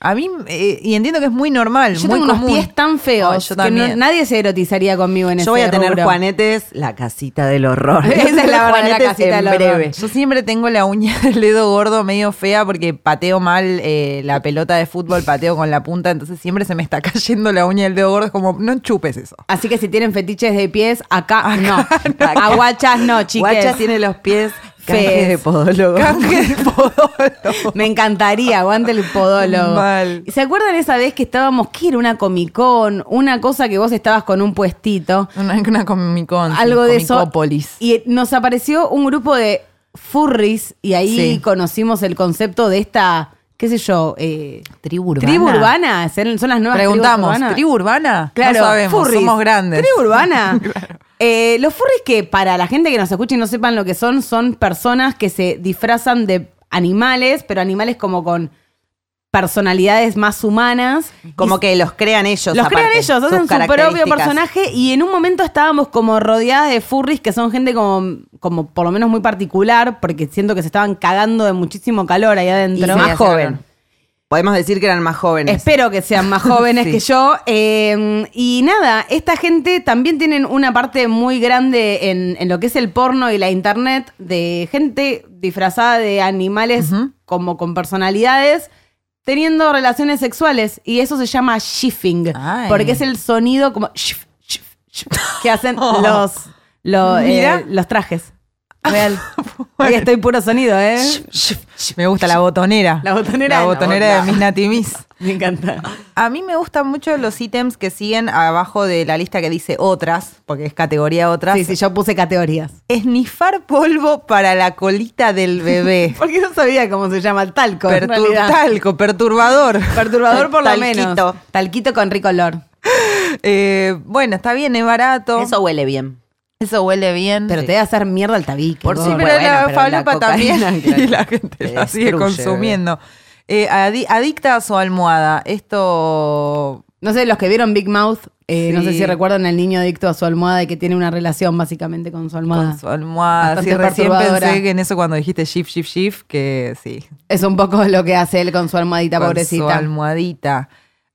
S1: A mí, eh, y entiendo que es muy normal,
S2: Yo
S1: muy
S2: tengo unos
S1: común.
S2: pies tan
S1: Oh,
S2: feos
S1: yo
S2: que no-
S1: también.
S2: nadie se erotizaría conmigo en ese
S3: Yo voy a tener
S2: rubro.
S3: Juanetes, la casita del horror.
S2: Esa es la verdadera
S3: Juanetes
S2: casita
S3: en
S2: del horror.
S3: breve.
S1: Yo siempre tengo la uña del dedo gordo medio fea porque pateo mal eh, la pelota de fútbol, pateo con la punta, entonces siempre se me está cayendo la uña del dedo gordo. Es como, no chupes eso.
S2: Así que si tienen fetiches de pies, acá, no.
S3: Acá.
S2: A guachas no, chicas.
S3: Guacha tiene los pies
S2: Fees.
S3: canje de podólogo.
S1: Canje de podólogo.
S2: Me encantaría, aguante el podólogo.
S1: Mal.
S2: ¿Se acuerdan esa vez que estábamos, que era una comicón, una cosa que vos estabas con un puestito?
S1: Una, una comicón. sí,
S2: algo de eso.
S1: comicópolis.
S2: Y nos apareció un grupo de furries y ahí
S1: Sí.
S2: conocimos el concepto de esta, qué sé yo, eh,
S1: Tribu urbana.
S2: tribu urbana. Ser- Son las nuevas
S1: Preguntamos,
S2: tribus urbanas.
S1: ¿tribu urbana?
S2: Claro,
S1: no sabemos,
S2: furries.
S1: somos grandes.
S2: Tribu urbana. Eh, los furries que para la gente que nos escuche y no sepan lo que son, son personas que se disfrazan de animales, pero animales como con personalidades más humanas.
S3: Como
S2: Y-
S3: que los crean ellos.
S2: los crean
S3: aparte,
S2: ellos, hacen
S3: sus
S2: su propio
S3: características.
S2: personaje y en un momento estábamos como rodeadas de furries que son gente como, como por lo menos muy particular porque siento que se estaban cagando de muchísimo calor ahí
S3: Y
S2: adentro.
S3: más joven. Podemos decir que eran más jóvenes.
S2: Espero que sean más jóvenes
S1: Sí.
S2: que yo. eh, y nada, esta gente también tienen una parte muy grande en, en lo que es el porno y la internet de gente disfrazada de animales como con personalidades teniendo relaciones sexuales. Y eso se llama shifting,
S1: Ay.
S2: porque es el sonido como shif, shif, shif, que hacen los, lo- eh,
S1: Oh. Mira.
S2: los trajes. Real. Hoy estoy puro sonido, ¿eh?
S1: Me gusta la botonera.
S2: La botonera.
S1: La botonera de Miss Nati Miss.
S2: Me encanta.
S1: A mí me gustan mucho los ítems que siguen abajo de la lista que dice otras, porque es categoría otras.
S2: Sí, sí, yo puse categorías.
S1: Esnifar polvo para la colita del bebé.
S2: Porque no sabía cómo se llama el talco. en
S1: Pertur-
S2: realidad.
S1: talco, perturbador.
S2: Perturbador por lo
S3: Talquito.
S2: menos. Talquito con rico olor.
S1: Eh, bueno, está bien, es barato.
S3: Eso huele bien.
S1: Eso huele bien.
S2: Pero
S1: Sí.
S2: te debe hacer mierda el tabique.
S1: Por
S2: ¿no?
S1: si
S3: bueno,
S1: pero la
S3: pero la
S1: falopa también.
S3: cocaína,
S1: y
S3: claro,
S1: la gente
S3: te
S1: la sigue
S3: destruye,
S1: consumiendo. Eh, adi- adicta a su almohada. Esto.
S2: No sé, los que vieron Big Mouth, eh, no sé
S1: Sí.
S2: si recuerdan al niño adicto a su almohada y que tiene una relación básicamente con su almohada.
S1: Con su almohada. Sí,
S2: Ah, Bastante
S1: recién
S2: perturbadora.
S1: pensé que en eso cuando dijiste shift, shift, shift, que sí.
S2: Es un poco lo que hace él con su almohadita
S1: con Su
S2: pobrecita.
S1: almohadita.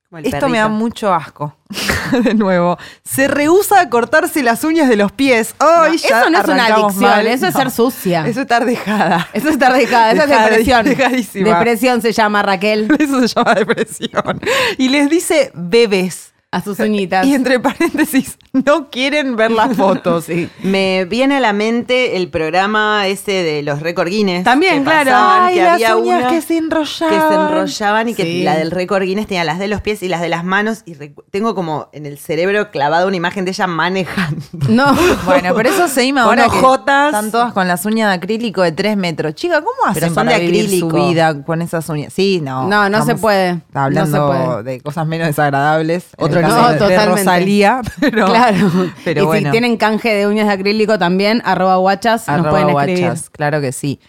S3: Como el
S1: Esto me da
S3: perrito.
S1: mucho asco. de nuevo. Se rehúsa a cortarse las uñas de los pies. Ay,
S2: No,
S1: ya
S2: eso no es una
S1: arrancamos
S2: adicción,
S1: mal.
S2: eso es ser sucia.
S1: Eso es estar dejada.
S2: Eso es estar dejada, eso es
S1: Dejada-
S2: depresión.
S1: dejadísima.
S2: Depresión se llama Raquel.
S1: Eso se llama depresión. Y les dice bebés.
S2: A sus uñitas.
S1: Y entre paréntesis, no quieren ver las fotos.
S3: Me viene a la mente el programa ese de los récord Guinness.
S2: También,
S3: que
S2: claro.
S3: pasaban,
S1: Ay,
S3: que
S1: las
S3: había
S1: uñas
S3: una
S1: que se enrollaban.
S3: Que se enrollaban y que
S2: Sí.
S3: la del récord Guinness tenía las de los pies y las de las manos. Y recu- tengo como en el cerebro clavada una imagen de ella manejando.
S2: No.
S1: Bueno, pero eso se ima
S3: Con
S1: ahora que
S3: hojotas.
S1: están todas con las uñas de acrílico de 3 metros. Chica, ¿cómo hacen
S3: son
S1: para
S3: de
S1: vivir su
S3: acrílico.
S1: vida con esas uñas? Sí, no.
S2: No, no se
S1: estamos
S2: puede. No
S1: Hablando
S2: se puede.
S1: de cosas menos desagradables. Otro
S2: No,
S1: caso de- de
S2: totalmente.
S1: Rosalía, pero
S2: claro.
S1: Pero
S2: y
S1: bueno.
S2: si tienen canje de uñas de acrílico también, arroba guachas, nos
S1: Arroba
S2: pueden escribir.
S1: guachas, claro que sí.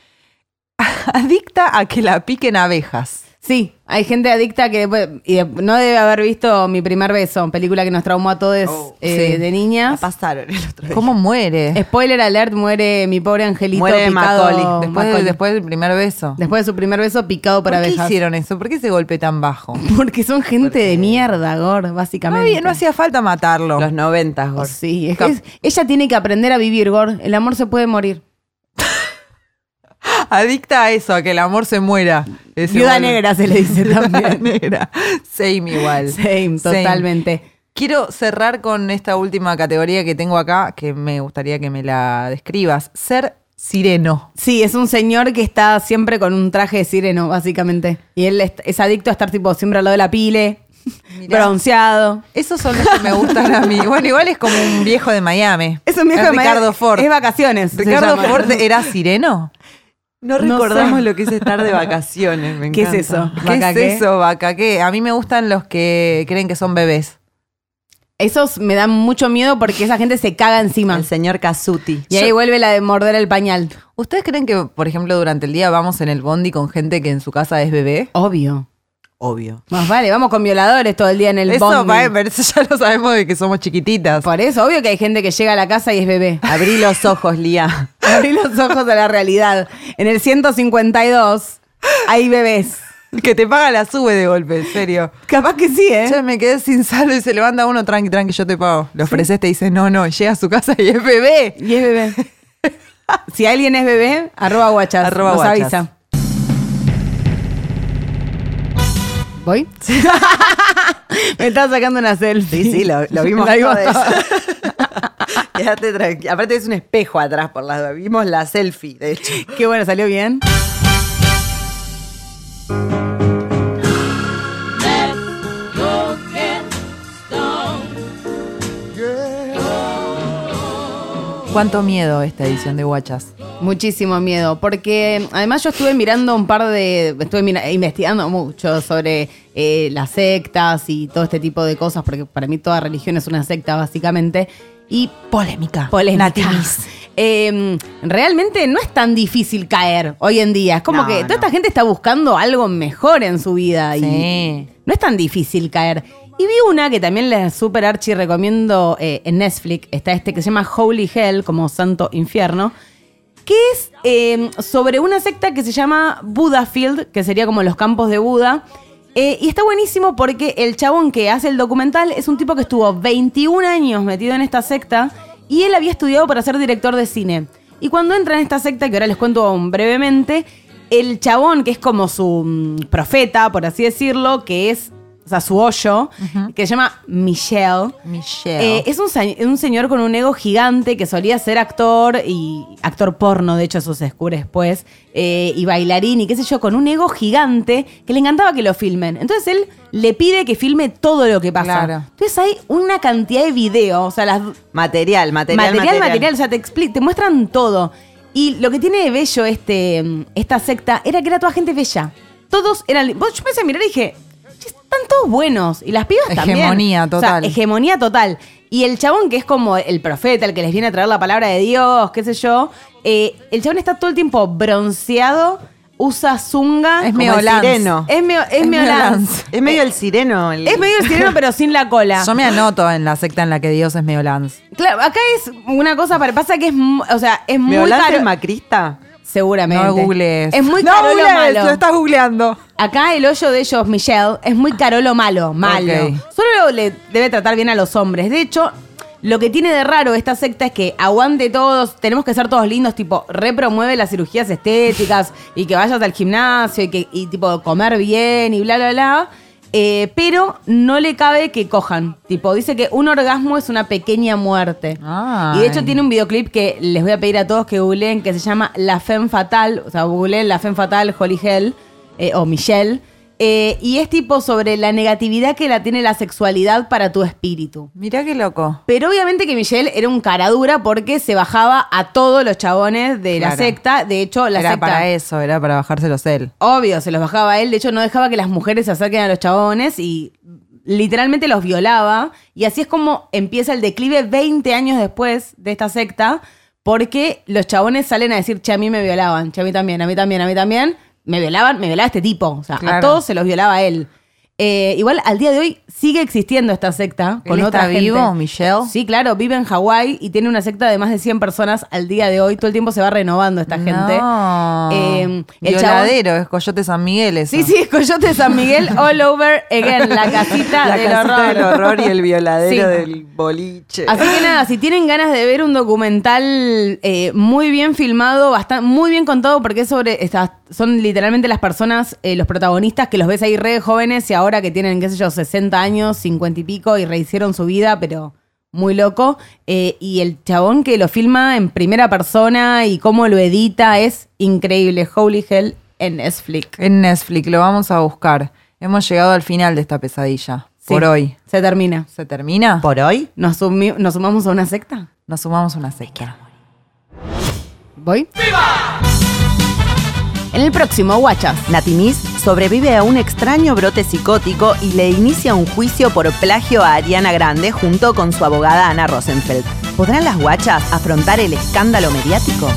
S1: Adicta a que la piquen abejas.
S2: Sí, hay gente adicta que pues, y de- no debe haber visto Mi Primer Beso, película que nos traumó a todos eh,
S1: Oh, sí.
S2: de
S3: La
S2: niñas.
S3: pasaron el otro día.
S1: ¿Cómo muere?
S2: Spoiler alert, muere mi pobre angelito
S3: Muere
S2: picado.
S3: Macaulay.
S1: Después, de-
S2: Macaulay.
S1: después del primer beso.
S2: Después de su primer beso picado por
S1: ¿Por qué
S2: abejas.
S1: hicieron eso? ¿Por qué ese golpe tan bajo?
S2: Porque son gente de mierda, Gord,
S1: No,
S2: básicamente.
S1: había- no hacía falta matarlo.
S3: Los noventas, Gor.
S2: Sí, es que es- ella tiene que aprender a vivir, Gord. El amor se puede morir.
S1: Adicta a eso, a que el amor se muera. Es
S2: Viuda
S1: igual-
S2: negra se le dice
S1: Viuda
S2: también.
S1: negra. Same igual.
S2: Same, totalmente.
S1: Quiero cerrar con esta última categoría que tengo acá, que me gustaría que me la describas. Ser sireno.
S2: Sí, es un señor que está siempre con un traje de sireno, básicamente. Y él es, es adicto a estar tipo siempre al lado de la pile,
S1: Mirá.
S2: bronceado.
S1: Esos son los que me gustan a mí. Bueno, igual es como un viejo de Miami.
S2: Es un viejo de Miami.
S1: Ricardo Ford.
S2: Es vacaciones, se
S1: ¿Ricardo
S2: llama.
S1: Ford era sireno?
S3: No
S2: No
S3: recordamos
S2: sé.
S3: lo que es estar de vacaciones. me
S2: ¿Qué es
S3: encanta.
S2: eso?
S1: ¿Qué
S2: ¿Vaca
S1: es eso, vaca? ¿Qué? A mí me gustan los que creen que son bebés.
S2: Esos me dan mucho miedo porque esa gente se caga encima.
S3: El señor Casuti.
S2: Y ahí vuelve la de morder el pañal.
S1: ¿Ustedes creen que, por ejemplo, durante el día vamos en el bondi con gente que en su casa es bebé?
S2: Obvio. eh,
S3: Obvio.
S2: Más vale, vamos con violadores todo el día en el
S1: eso,
S2: bondi.
S1: va, pero eso ya lo sabemos de que somos chiquititas.
S2: Por eso, obvio que hay gente que llega a la casa y es bebé.
S3: Abrí los ojos, Lía.
S2: Abrí los ojos a la realidad. En el 152 hay bebés.
S1: Que te paga la sube de golpe, en serio.
S2: Capaz que sí, ¿eh?
S1: Ya me quedé sin saldo y se levanta uno, tranqui, tranqui, yo te pago. Le ofreces, te dice, no, no, y llega a su casa y es bebé.
S2: Y es bebé. si alguien es bebé, arroba guachas.
S1: Arroba
S2: nos
S1: guachas.
S2: avisa. ¿Voy? Me estaba sacando una selfie.
S3: Sí, sí, lo, lo vimos.
S2: La vimos
S3: todas.
S2: todas.
S3: Quédate tranquila. Aparte es un espejo atrás por las Vimos la selfie, de hecho.
S2: Qué bueno, salió bien.
S1: Cuánto miedo esta edición de Guachas.
S2: Muchísimo miedo, porque eh, además yo estuve mirando un par de, estuve mira- investigando mucho sobre eh, las sectas y todo este tipo de cosas, porque para mí toda religión es una secta básicamente, y
S1: Polémica.
S2: polémica.
S1: Nativis.
S2: Eh, realmente no es tan difícil caer hoy en día, es como
S3: No,
S2: que toda
S3: no.
S2: esta gente está buscando algo mejor en su vida
S1: Sí.
S2: y no es tan difícil caer. Y vi una que también les super archi recomiendo eh, en Netflix, está este que se llama Holy Hell, como Santo Infierno que es eh, sobre una secta que se llama Budafield, que sería como los campos de Buda. Eh, y está buenísimo porque el chabón que hace el documental es un tipo que estuvo 21 años metido en esta secta y él había estudiado para ser director de cine. Y cuando entra en esta secta, que ahora les cuento brevemente, el chabón, que es como su mm, profeta, por así decirlo, que es, o sea, su hoyo, que se llama Michelle,
S1: Michelle.
S2: eh, es un, sa- un señor con un ego gigante que solía ser actor y actor porno, de hecho eso se descubre después, eh, y bailarín y qué sé yo, con un ego gigante que le encantaba que lo filmen. Entonces él le pide que filme todo lo que pasa.
S1: Claro.
S2: Entonces hay una cantidad de videos, o sea, las,
S3: Material, material,
S2: material, material, o sea, te expli- te muestran todo. Y lo que tiene de bello este, mm, esta secta era que era toda gente bella. Todos eran. li- vos- Yo empecé a mirar y dije, "Che, están todos buenos. Y las pibas también.
S1: Hegemonía total.
S2: O sea, hegemonía total. Y el chabón que es como el profeta, el que les viene a traer la palabra de Dios, qué sé yo, eh, el chabón está todo el tiempo bronceado, usa zunga.
S1: Es
S2: como
S1: medio
S2: el
S1: Lance.
S2: sireno. Es medio, es
S1: Es
S2: medio
S1: medio
S2: Lance.
S1: Lance.
S3: Es medio el sireno. el-
S2: Es medio el sireno, pero sin la cola.
S1: Yo me anoto en la secta en la que Dios es medio lance.
S2: Claro, acá es una cosa, para pasa que es, mu- o sea, es muy
S3: ¿Me hablaste
S2: caro.
S3: macrista?
S2: Seguramente.
S1: No googlees.
S2: Es muy
S1: no
S2: caro lo
S1: googlees,
S2: malo.
S1: lo estás googleando.
S2: Acá el hoyo de ellos, Michelle, es muy carolo malo, malo.
S1: Ok.
S2: Solo le debe tratar bien a los hombres. De hecho, lo que tiene de raro esta secta es que aguante todos, tenemos que ser todos lindos, tipo, repromueve las cirugías estéticas y que vayas al gimnasio y que y, tipo comer bien y bla bla bla. Eh, pero no le cabe que cojan. Tipo, dice que un orgasmo es una pequeña muerte.
S1: Ay.
S2: Y de hecho tiene un videoclip que les voy a pedir a todos que googleen, que se llama La Femme Fatal, o sea, googleen La Femme Fatal, Holly Hell, eh, o Michelle. eh, y es tipo sobre la negatividad que la tiene la sexualidad para tu espíritu.
S1: Mirá qué loco.
S2: Pero obviamente que Michelle era un cara dura porque se bajaba a todos los chabones de
S1: Claro.
S2: la secta. De hecho, la
S1: era
S2: secta.
S1: para eso, era para bajárselos él.
S2: Obvio, se los bajaba a él. De hecho, no dejaba que las mujeres se acerquen a los chabones y literalmente los violaba. Y así es como empieza el declive 20 años después de esta secta, porque los chabones salen a decir, che, a mí me violaban, che, a mí también, a mí también, a mí también. Me violaban, me violaba este tipo. O sea, a
S1: Claro.
S2: todos se los violaba él. Eh, igual al día de hoy sigue existiendo esta secta con
S1: ¿Él
S2: otra
S1: está
S2: gente.
S1: vivo, Michelle?
S2: Sí, claro, vive en Hawái y tiene una secta de más de 100 personas al día de hoy. Todo el tiempo se va renovando esta gente.
S1: No.
S2: Eh, el chabón-
S1: Violadero, es Coyote San Miguel eso.
S2: Sí, sí, es Coyote de San Miguel all over again, la casita,
S3: La
S2: del,
S3: casita
S2: horror.
S3: del horror y el violadero
S2: Sí.
S3: del boliche.
S2: Así que nada, si tienen ganas de ver un documental eh, muy bien filmado, bastante, muy bien contado, porque es sobre estas, son literalmente las personas, eh, los protagonistas que los ves ahí re jóvenes y ahora que tienen, qué sé yo, 60 años, 50 y pico y rehicieron su vida, pero muy loco. Eh, y el chabón que lo filma en primera persona y cómo lo edita es increíble. Holy hell en Netflix.
S1: En Netflix, lo vamos a buscar. Hemos llegado al final de esta pesadilla.
S2: Sí,
S1: Por hoy.
S2: Se termina.
S1: ¿Se termina?
S3: ¿Por hoy?
S2: ¿Nos, sumi- nos sumamos a una secta?
S1: Nos sumamos a una secta.
S2: ¿Voy? ¡Viva! En el próximo, guachas.
S3: Natimis sobrevive a un extraño brote psicótico y le inicia un juicio por plagio a Ariana Grande junto con su abogada Ana Rosenfeld. ¿Podrán las guachas afrontar el escándalo mediático?